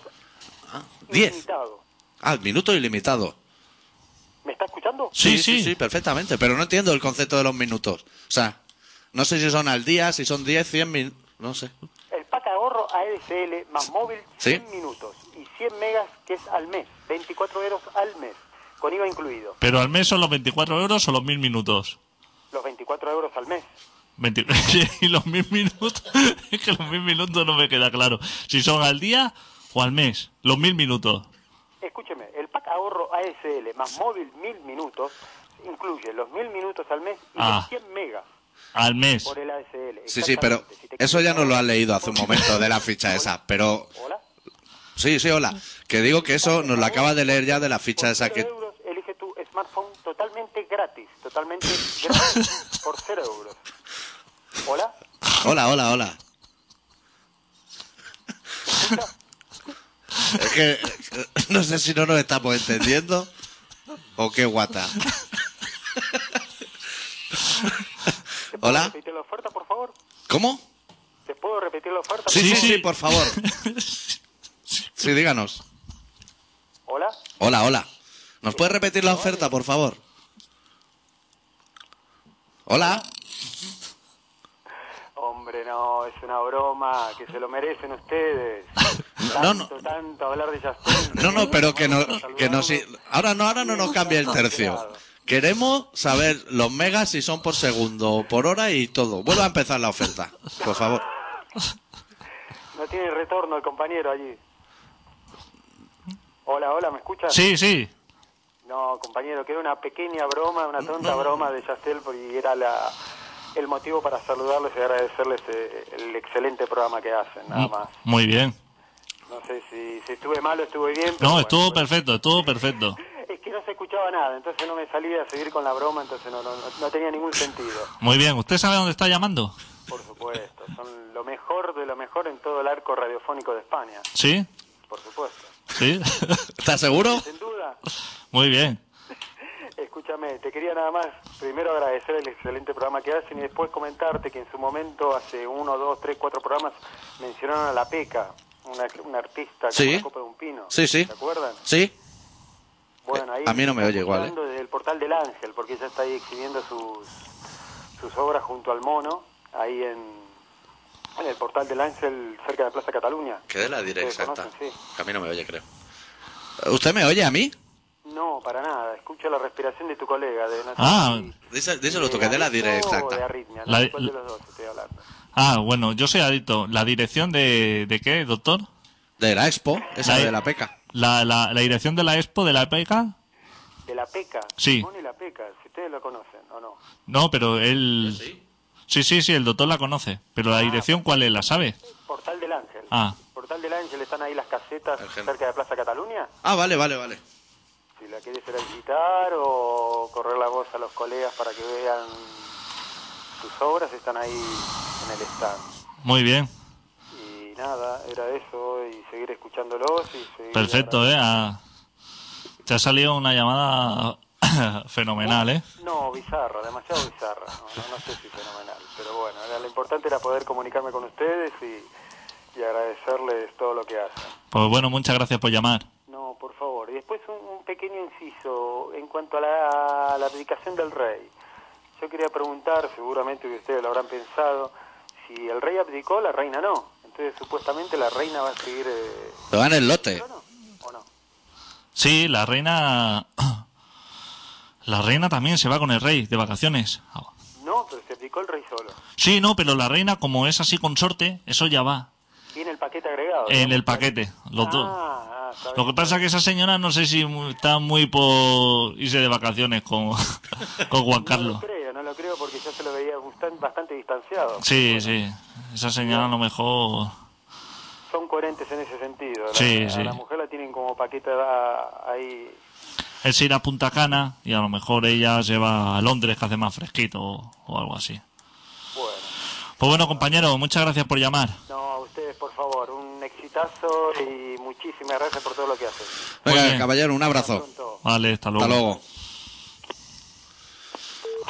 10.
ilimitado.
Ah, minuto ilimitado.
¿Me está escuchando?
Sí, sí.
perfectamente. Pero no entiendo el concepto de los minutos. O sea, no sé si son al día, si son 10, 100 mil. No sé.
El pack ahorro ADSL más móvil
Sí.
100 minutos y 100 megas que es al mes, 24 euros al mes, con IVA incluido.
Pero al mes son los 24 euros o los 1000 minutos.
Los 24 euros al mes.
20 y los 1000 minutos. Es que los 1000 minutos no me queda claro. Si son al día o al mes. Los 1000 minutos.
Escúcheme, el pack ahorro ASL más móvil 1000 minutos incluye los 1000 minutos al mes y
Ah.
los 100 megas
Al mes.
por el ASL.
Sí, sí, pero eso ya nos lo han leído hace un momento de la ficha esa. Pero
Hola.
sí, sí, hola. Que digo que eso nos lo acaba de leer ya de la ficha
Por
esa
cero
que.
euros elige tu smartphone totalmente gratis, totalmente gratis por 0 euros. Hola.
Hola, hola, hola. Es que eh, no sé si no nos estamos entendiendo o qué guata.
¿Te puedo
Hola.
repetir la oferta, por favor?
¿Cómo?
¿Te puedo repetir la oferta?
Sí,
por
sí,
Sí,
sí,
sí.
por favor. Sí, díganos.
favor? Hola.
Hola, hola. ¿Nos puedes repetir la oferta, por favor? Hola.
Hombre, no, es una broma, que se lo merecen ustedes.
No,
Tanto,
no.
tanto hablar de Justin.
No, no, pero que no,
Vamos a
que no, sí.
saludarnos.
Ahora no, ahora no nos cambie el tercio. Queremos saber los megas si son por segundo o por hora y todo. Vuelva a empezar la oferta, por favor.
No tiene retorno el compañero allí. Hola, hola, ¿me escuchas?
Sí, sí.
No, compañero, que era una pequeña broma, una tonta broma de Yastel, y era la, el motivo para saludarles y agradecerles eh, el excelente programa que hacen,
Mm.
nada más.
Muy bien.
No sé si, si estuve mal o estuve bien. pero
No,
bueno,
estuvo
pues,
perfecto, estuvo perfecto.
Es que no se escuchaba nada, entonces no me salía a seguir con la broma, entonces no, no, no tenía ningún sentido.
Muy bien. ¿Usted sabe dónde está llamando?
Por supuesto, son lo mejor de lo mejor en todo el arco radiofónico de España,
¿Sí?
por supuesto.
¿Sí?
¿Estás seguro?
Sin duda,
Muy bien.
Escúchame, te quería nada más primero agradecer el excelente programa que hacen y después comentarte que en su momento, hace uno, dos, tres, cuatro programas, mencionaron a La Peca, una, una artista
Sí.
con una copa de un pino.
Sí, sí.
¿Se acuerdan?
Sí.
Bueno, ahí
a mí no me
está
oye igual, ¿eh?
escuchando Desde el portal del Ángel, porque ella está ahí exhibiendo sus, sus obras junto al mono, ahí en, en el portal del Ángel, cerca de Plaza Cataluña.
Quedé la diré
Ustedes
exacta.
conocen, sí.
Que a mí no me oye, creo. ¿Usted me oye a mí?
No, para nada. Escucho la respiración de tu colega. De
Ah.
Dice- Díselo tú,
¿De
que dé la diré
adicto o De
exacta.
arritmia,
La-
no sé cuál de los dos estoy hablando.
Ah, bueno, yo soy adicto. ¿La dirección de, de qué, doctor?
De la expo, esa
La-
de la peca.
¿La, la, la dirección de la expo, de la EPECA?
De la peca.
Sí.
Simón y la peca, si ustedes lo conocen o no.
No, pero él... Sí, sí, sí, el doctor la conoce. Pero la dirección, ¿cuál es? ¿La sabe?
Portal del Ángel.
Ah.
Portal del Ángel, están ahí las casetas
Ángel.
cerca de Plaza Cataluña.
Ah, vale, vale, vale.
Si la quieres ir a visitar o correr la voz a los colegas para que vean sus obras, están ahí en el stand.
Muy bien.
Y nada, era eso, y seguir escuchándolos y seguir...
Perfecto, ¿eh? Ah, Te ha salido una llamada fenomenal, ¿eh?
No, bizarra, demasiado bizarra. No, no- no sé si fenomenal. Pero bueno, era- lo importante era poder comunicarme con ustedes y, y agradecerles todo lo que hacen.
Pues bueno, muchas gracias por llamar.
No, por favor. Y después un, un pequeño inciso en cuanto a la, a la abdicación del rey. Yo quería preguntar, seguramente que ustedes lo habrán pensado, si el rey abdicó, la reina no. Entonces supuestamente la reina va a seguir... eh,
Te va en el lote.
¿no, no? ¿O no?
Sí, la reina... La reina también se va con el rey de vacaciones.
No, pero se abdicó el rey solo.
Sí, no, pero la reina, como es así consorte, eso ya va.
Tiene el paquete agregado.
En
¿no?
el paquete, los dos.
Ah, ah, está
Lo
bien.
que pasa es que esa señora no sé si mu- está muy por irse de vacaciones con, con Juan
No
Carlos.
lo creo, no lo creo porque yo se lo veía bastan- bastante distanciado.
Sí, sí. Esa señora a lo mejor...
Son coherentes en ese sentido. La,
Sí,
a
sí.
la mujer la tienen como paqueta da- ahí.
Él se irá a Punta Cana y a lo mejor ella se va a Londres que hace más fresquito o, o algo así.
Bueno,
Pues bueno, compañero, muchas gracias por llamar.
no, a ustedes por favor, un exitazo y muchísimas gracias por todo lo que hacen.
Muy
Venga,
bien.
caballero, un abrazo.
Pronto.
Vale, hasta luego.
Hasta luego.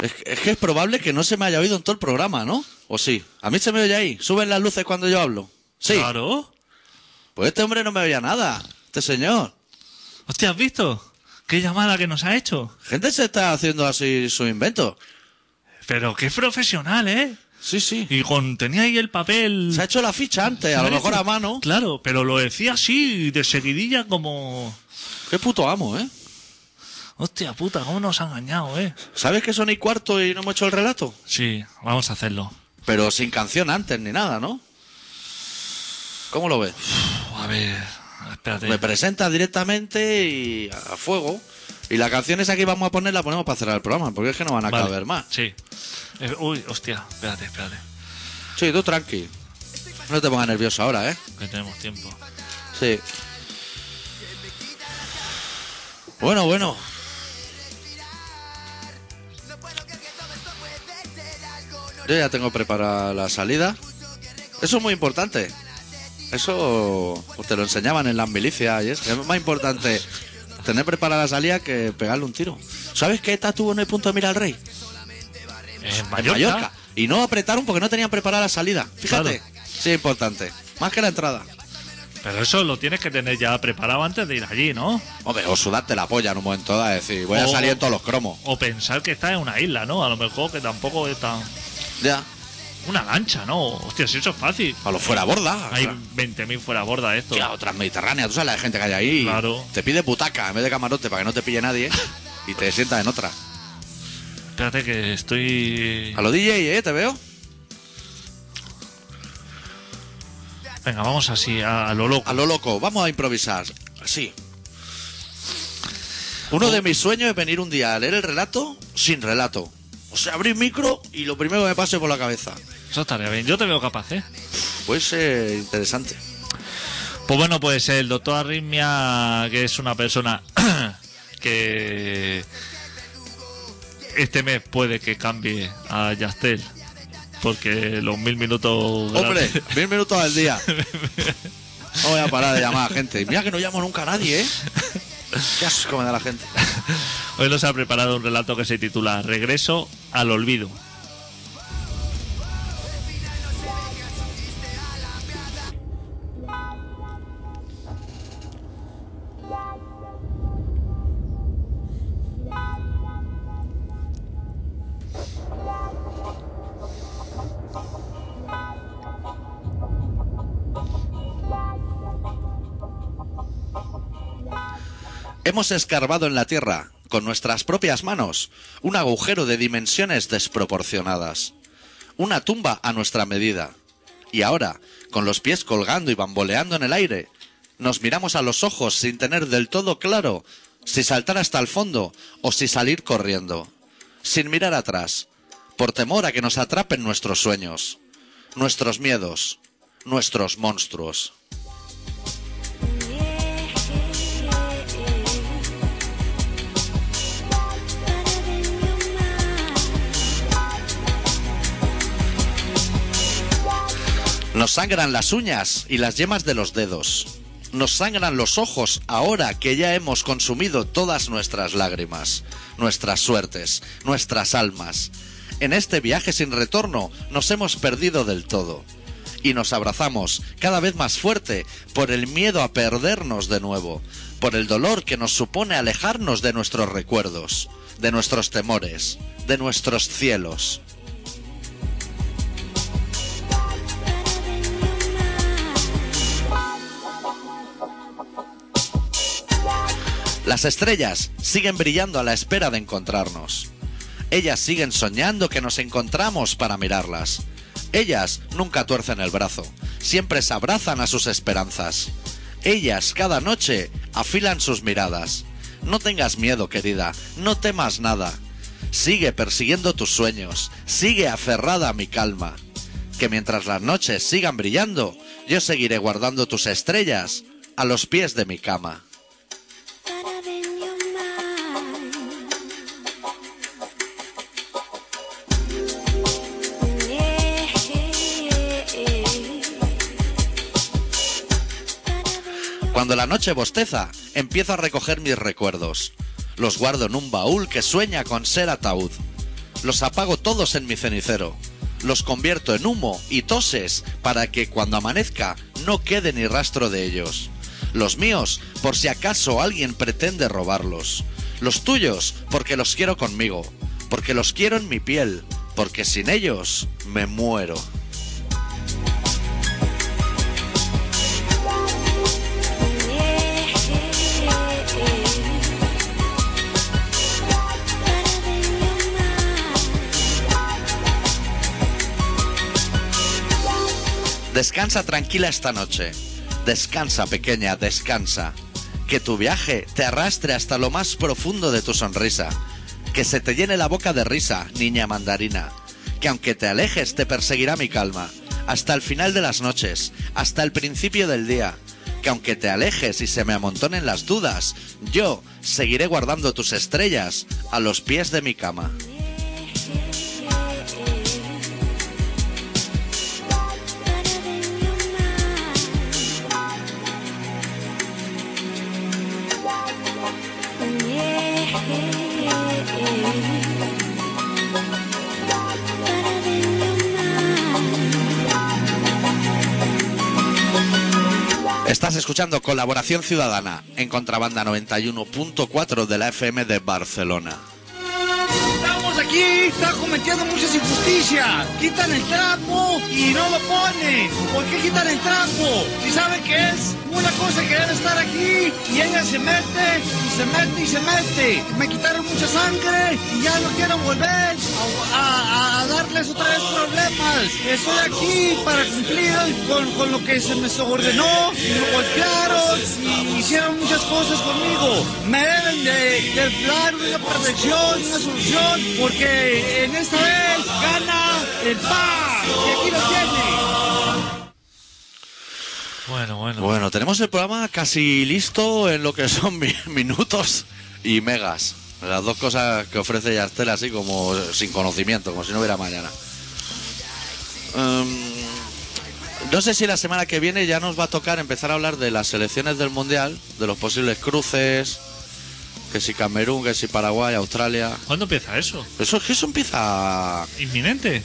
Es, es que es probable que no se me haya oído en todo el programa, ¿no? ¿O sí? A mí se me oye ahí. Suben las luces cuando yo hablo. Sí.
Claro.
Pues este hombre no me oía nada. Este señor.
Hostia, ¿has visto? ¿Qué llamada que nos ha hecho?
Gente se está haciendo así su invento.
Pero qué profesional, ¿eh?
Sí, sí.
Y con, tenía ahí el papel.
Se ha hecho la ficha antes, a lo
Claro,
mejor a mano.
Claro, pero lo decía así, de seguidilla, como.
Qué puto amo, ¿eh?
Hostia puta, cómo nos ha engañado, ¿eh?
¿Sabes que son y cuarto y no hemos hecho el relato?
Sí, vamos a hacerlo.
Pero sin canción antes ni nada, ¿no? ¿Cómo lo ves?
Uf, a ver, espérate.
Me presentas directamente y a fuego. Y la canción esa que vamos a poner la ponemos para cerrar el programa, porque es que no van a
Vale,
caber más.
Sí. Eh, Uy, hostia, espérate, espérate.
Sí, tú tranqui. No te pongas nervioso ahora, ¿eh?
Que tenemos tiempo.
Sí. Bueno, bueno. Yo ya tengo preparada la salida. Eso es muy importante. Eso pues, te lo enseñaban en las milicias y es, es más importante tener preparada la salida que pegarle un tiro. ¿Sabes qué ETA tuvo en el punto de mira al rey?
En
En
Mallorca.
Mallorca. Y no apretaron porque no tenían preparada la salida. Fíjate. Sí, es importante. Más que la entrada.
Pero eso lo tienes que tener ya preparado antes de ir allí, ¿no?
Hombre, o sudarte la polla en un momento dado, es decir, voy a
O-
salir en todos los cromos.
O pensar que estás en una isla, ¿no? A lo mejor que tampoco es tan.
Ya,
Una lancha, ¿no? Hostia, si eso es fácil.
a los fuera borda.
Hay 20.000 fuera borda de esto.
Hostia, otras mediterráneas, tú sabes la gente que hay ahí.
Claro.
Te pide butaca en vez de camarote para que no te pille nadie y te sientas en otra.
Espérate que estoy.
A lo DJ, ¿eh? Te veo.
Venga, vamos así, a, a lo loco.
A lo loco, vamos a improvisar. Sí. Uno de mis sueños es venir un día a leer el relato sin relato. O sea, abrir micro y lo primero que me pase por la cabeza.
Eso estaría bien. Yo te veo capaz, ¿eh?
Puede ser interesante.
Pues bueno, pues el doctor Arritmia, que es una persona que este mes puede que cambie a Yastel, porque los mil minutos...
Hombre,
gratis-
mil minutos al día. No voy a parar de llamar a gente. Mira que no llamo nunca a nadie, ¿eh? Qué asco me da la gente.
Hoy nos ha preparado un relato que se titula Regreso al olvido.
Hemos escarbado en la tierra, con nuestras propias manos, un agujero de dimensiones desproporcionadas. Una tumba a nuestra medida. Y ahora, con los pies colgando y bamboleando en el aire, nos miramos a los ojos sin tener del todo claro si saltar hasta el fondo o si salir corriendo. Sin mirar atrás, por temor a que nos atrapen nuestros sueños, nuestros miedos, nuestros monstruos. Nos sangran las uñas y las yemas de los dedos. Nos sangran los ojos ahora que ya hemos consumido todas nuestras lágrimas, nuestras suertes, nuestras almas. En este viaje sin retorno nos hemos perdido del todo. Y nos abrazamos cada vez más fuerte por el miedo a perdernos de nuevo, por el dolor que nos supone alejarnos de nuestros recuerdos, de nuestros temores, de nuestros cielos. Las estrellas siguen brillando a la espera de encontrarnos. Ellas siguen soñando que nos encontramos para mirarlas. Ellas nunca tuercen el brazo, siempre se abrazan a sus esperanzas. Ellas cada noche afilan sus miradas. No tengas miedo, querida, no temas nada. Sigue persiguiendo tus sueños, sigue aferrada a mi calma. Que mientras las noches sigan brillando, yo seguiré guardando tus estrellas a los pies de mi cama. Cuando la noche bosteza, empiezo a recoger mis recuerdos. Los guardo en un baúl que sueña con ser ataúd. Los apago todos en mi cenicero. Los convierto en humo y toses para que cuando amanezca no quede ni rastro de ellos. Los míos, por si acaso alguien pretende robarlos. los tuyos, porque los quiero conmigo, porque los quiero en mi piel, porque sin ellos me muero. Descansa tranquila esta noche. Descansa, pequeña, descansa. Que tu viaje te arrastre hasta lo más profundo de tu sonrisa. Que se te llene la boca de risa, niña mandarina. Que aunque te alejes, te perseguirá mi calma. Hasta el final de las noches, hasta el principio del día. Que aunque te alejes y se me amontonen las dudas, yo seguiré guardando tus estrellas a los pies de mi cama. Estás escuchando Colaboración Ciudadana en Contrabanda 91.4 de la FM de Barcelona.
Estamos aquí, está cometiendo muchas injusticias. Quitan el trapo y no lo ponen. ¿Por qué quitan el trapo? Si saben que es una cosa que debe estar aquí y ella se mete y se mete y se mete. Me quitaron mucha sangre y ya no quiero volver a, a- a darles otra vez problemas. Estoy aquí para cumplir con, con lo que se me ordenó, me golpearon y hicieron muchas cosas conmigo. Me deben de, de dar una protección, una solución, porque en esta vez gana el PA. Y aquí lo tiene.
Bueno, bueno.
Bueno, tenemos el programa casi listo en lo que son mi- minutos y megas. Las dos cosas que ofrece Yastel así como sin conocimiento, como si no hubiera mañana. Em, no sé si la semana que viene ya nos va a tocar empezar a hablar de las selecciones del Mundial, de los posibles cruces, que si Camerún, que si Paraguay, Australia.
¿Cuándo empieza eso?
Eso es que eso empieza,
Inminente.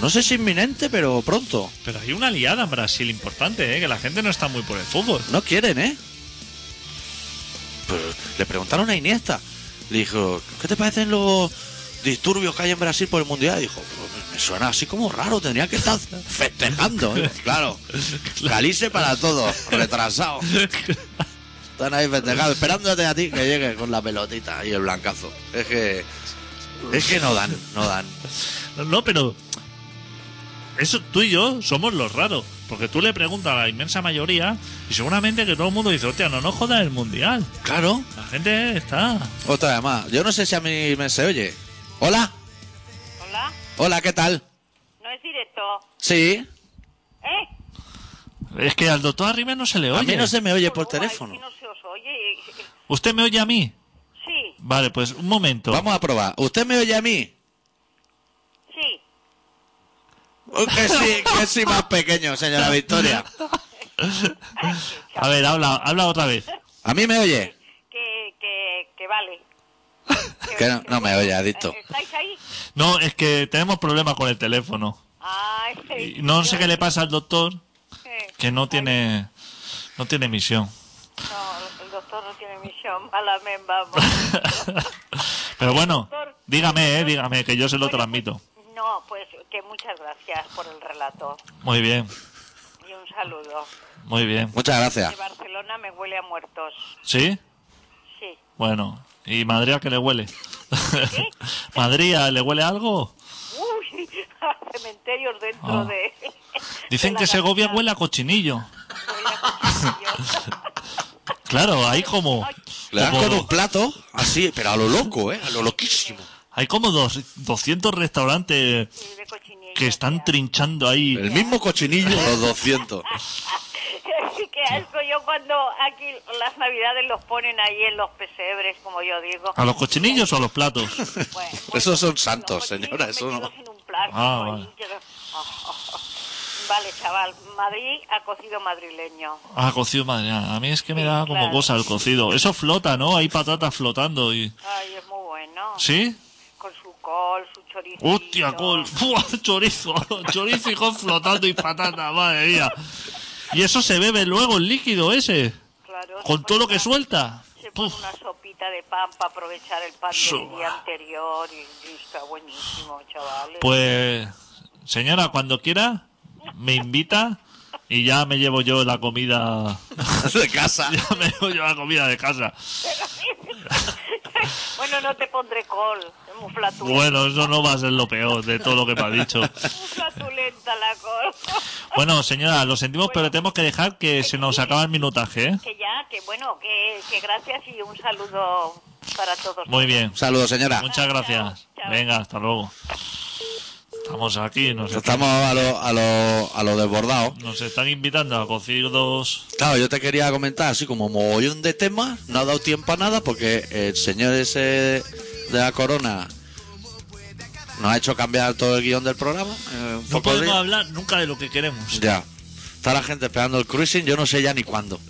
no sé si inminente, pero pronto.
Pero hay una liada en Brasil importante, ¿eh? que la gente no está muy por el fútbol.
No quieren, ¿eh? Pero le preguntaron a Iniesta. Le dijo, ¿qué te parecen los disturbios que hay en Brasil por el Mundial? Dijo, "Pues me suena así como raro, tendría que estar festejando. ¿eh?". Claro, calice para todo, retrasado. Están ahí festejando, esperándote a ti que llegue con la pelotita y el blancazo. Es que... Es que no dan, no dan.
No, no, pero eso tú y yo somos los raros. Porque tú le preguntas a la inmensa mayoría y seguramente que todo el mundo dice, hostia, no nos jodas el mundial.
Claro.
La gente está.
Otra vez más. Yo no sé si a mí me se oye. Hola,
Hola,
hola, ¿qué tal?
no es directo,
Sí.
¿eh?
Es que al doctor Arriba no se le oye.
A mí no se me oye por
Uy,
teléfono.
ay, que no se os oye.
¿Usted me oye a mí?
Sí,
Vale, pues un momento.
Vamos a probar. ¿Usted me oye a mí?
sí.
Oh, Que sí, que sí más pequeño, señora Victoria.
A ver, habla, habla otra vez.
¿A mí me oye?
Que, que, que vale.
Que no, no me oye, adicto.
¿Estáis ahí?
No, es que tenemos problemas con el teléfono.
Ay,
Y no sé qué le pasa al doctor,
eh,
que no tiene, no tiene misión.
No, el doctor no tiene misión. Malamen, vamos.
Pero bueno, dígame, eh, dígame, que yo se lo transmito.
No, pues que muchas gracias por el relato.
Muy bien,
Y un saludo.
muy bien.
Muchas
De
gracias.
Barcelona me huele a muertos.
¿Sí?
Sí.
Bueno, ¿y Madrid a qué le huele? ¿Madrid a- le huele algo?
Uy, cementerios dentro
Ah.
de.
Dicen que Segovia huele a cochinillo. Claro, hay como,
Le das con
como-
un plato, así, pero a lo loco, ¿eh? A lo loquísimo.
hay como dos, 200 restaurantes que están trinchando ahí.
El mismo cochinillo, los 200.
Qué asco yo cuando aquí las navidades los ponen ahí en los pesebres, como yo digo.
¿A los cochinillos o a los platos?
Bueno,
Esos son
los
santos,
cochinillos
señora, eso no.
metidos en un plato,
Ah,
ahí,
vale.
que- Vale, chaval, Madrid ha cocido madrileño.
Ah, cocido madrileño. A mí es que me da como
Claro.
cosa el cocido. Eso flota, ¿no? Hay patatas flotando y...
Ay, es muy bueno.
¿Sí?
Con su col, su chorizo.
¡Hostia, col! ¡Fua! Chorizo, chorizo y col flotando y patata, madre mía. Y eso se bebe luego el líquido ese,
Claro, se
con todo
pone
lo que
una-
suelta.
Se pone
Puf.
una sopita tortita de pan para aprovechar el pan del
Suba.
día anterior y, y está buenísimo, chavales.
Pues, señora, cuando quiera, me invita y ya me llevo yo la comida.
De casa.
Ya me llevo yo la comida de casa.
bueno, no te pondré col, es muy flatulenta.
Bueno, eso no va a ser lo peor de todo lo que me ha dicho.
Muy flatulenta la col.
Bueno, señora, lo sentimos, pero tenemos que dejar que se nos acaba el minutaje, ¿eh?
que ya, que bueno, que, que gracias y un saludo para todos.
Muy bien.
Saludos, señora.
Muchas gracias.
Chao.
Venga, hasta luego. Estamos aquí, nos, están-
Estamos a lo, a lo, a lo desbordado.
nos están invitando a cocidos.
Claro, yo te quería comentar, así como mogollón de temas, no ha dado tiempo a nada porque el señor ese de la corona nos ha hecho cambiar todo el guión del programa. eh, un
No
poco de-
podemos hablar nunca de lo que queremos.
Ya. Está la gente esperando el cruising, yo no sé ya ni cuándo.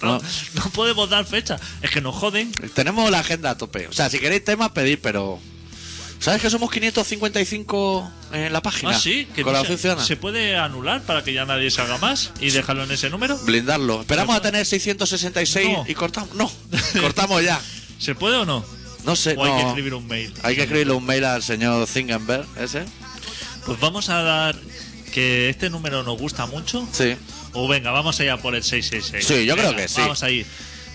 no,
No.
no podemos dar fecha. Es que nos joden.
Tenemos la agenda a tope. O sea, si queréis temas, pedid, pero. ¿Sabes que somos 555 en la página?
Ah, sí, que
Con
no
la
se-
aficionada.
se puede anular para que ya nadie se haga más y dejarlo en ese número.
Blindarlo. Esperamos a tener 666
No.
y cortamos. No, cortamos ya.
¿Se puede o no?
No sé.
O hay que
no.
escribir un mail.
Hay que escribirle un mail al señor Zingenberg, ese.
Pues vamos a dar que este número nos gusta mucho.
Sí.
O venga, vamos allá por el 666.
Sí, yo creo
Venga,
que sí.
Vamos a ir.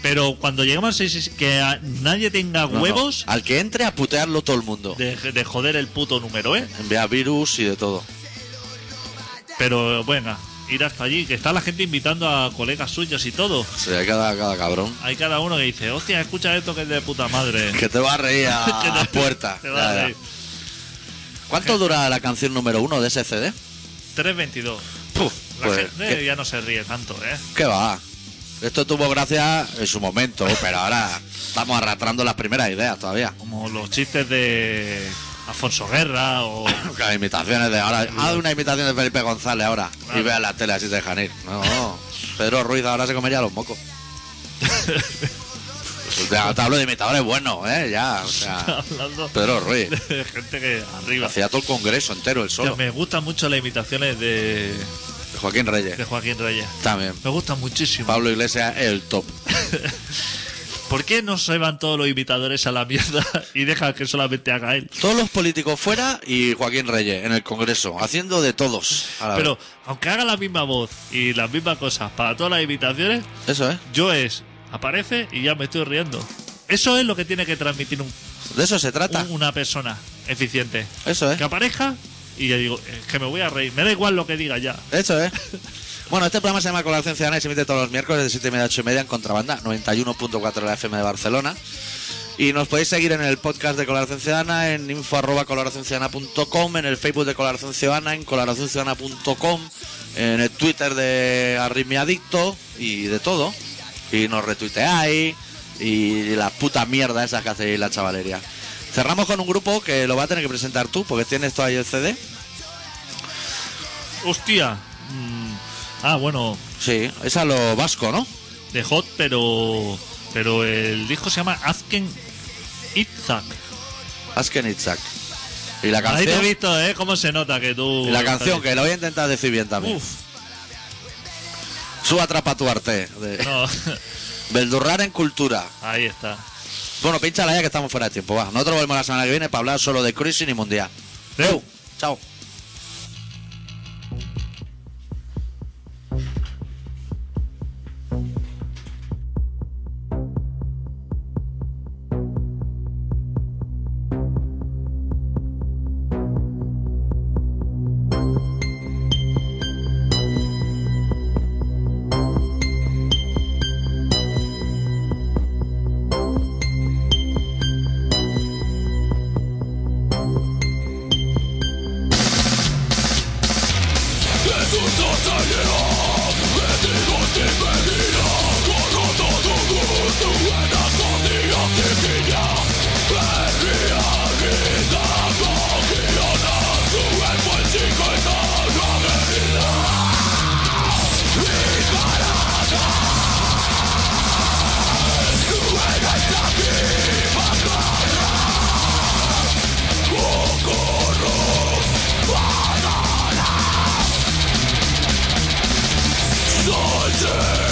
Pero cuando lleguemos al 666, que a- nadie tenga
No, no.
huevos
Al que entre a putearlo todo el mundo.
de, de joder el puto número, ¿eh?
Envía virus y de todo.
Pero venga, ir hasta allí, que está la gente invitando a colegas suyos y todo.
Se le cada, cada cabrón.
Hay cada uno que dice, hostia, escucha esto que es de puta madre.
Que te va a reír
Que
a
te-
las puertas.
te va a
Ya, ya.
reír.
¿Cuánto dura la canción número uno de ese CD?
322.
Puf,
La
pues,
gente
¿qué,
ya no se ríe tanto, ¿eh?
qué va? Esto tuvo gracia en su momento, pero ahora estamos arrastrando las primeras ideas todavía.
Como los chistes de Alfonso Guerra o...
Las imitaciones de ahora. Haz una imitación de Felipe González ahora y
Claro.
vea la tele así de Janir. No, no. Pedro Ruiz ahora se comería los mocos. Ya, te hablo de imitadores buenos, ¿eh? Ya, o sea.
hablando
Pedro Ruiz.
de gente que arriba.
Hacía todo el congreso entero, el
Que
solo.
me gustan mucho las imitaciones de,
Joaquín
de
Reyes.
Joaquín Reyes.
También.
Me gustan muchísimo.
Pablo Iglesias, el top.
¿Por qué no se van todos los imitadores a la mierda y dejan que solamente haga él?
Todos los políticos fuera y Joaquín Reyes en el congreso, haciendo de todos. a la
Pero aunque haga la misma voz y las mismas cosas para todas las imitaciones,
vez. Eso, ¿eh?
yo es, aparece y ya me estoy riendo. Eso es lo que tiene que transmitir un-
De eso se trata.
un- una persona eficiente.
Eso, ¿eh?
Que aparezca y yo digo, es que me voy a reír. Me da igual lo que diga ya.
Eso, ¿eh? Bueno, este programa se llama Colaboración Ciudadana y se emite todos los miércoles de 7 y media a 8 y media en Contrabanda 91.4 de la FM de Barcelona. Y nos podéis seguir en el podcast de Colaboración Ciudadana, en info arroba colaboracionciudadana.com, en el Facebook de Colaboración Ciudadana, en colaboracionciudadana.com, en el Twitter de Arritmiadicto y de todo. Y nos retuiteáis y la puta mierda esas que hacéis la chavalería. Cerramos con un grupo que lo va a tener que presentar tú, porque tienes todavía el CD.
Hostia. Mm, ah, bueno,
Sí, es a lo vasco, ¿no?
de Hot, pero pero el disco se llama Azken Itzak.
Askenitzak. Y la
Ahí te he
canción,
visto, ¿eh? Cómo se nota que tú...
y la canción que la voy a intentar decir bien también.
Uf,
Su atrapa tu arte. De...
no.
Beldurrar en cultura.
Ahí está.
Bueno, pinchala ya que estamos fuera de tiempo. Va. Nosotros volvemos la semana que viene para hablar solo de cruising y mundial.
Deu.
Chao.
Soldier!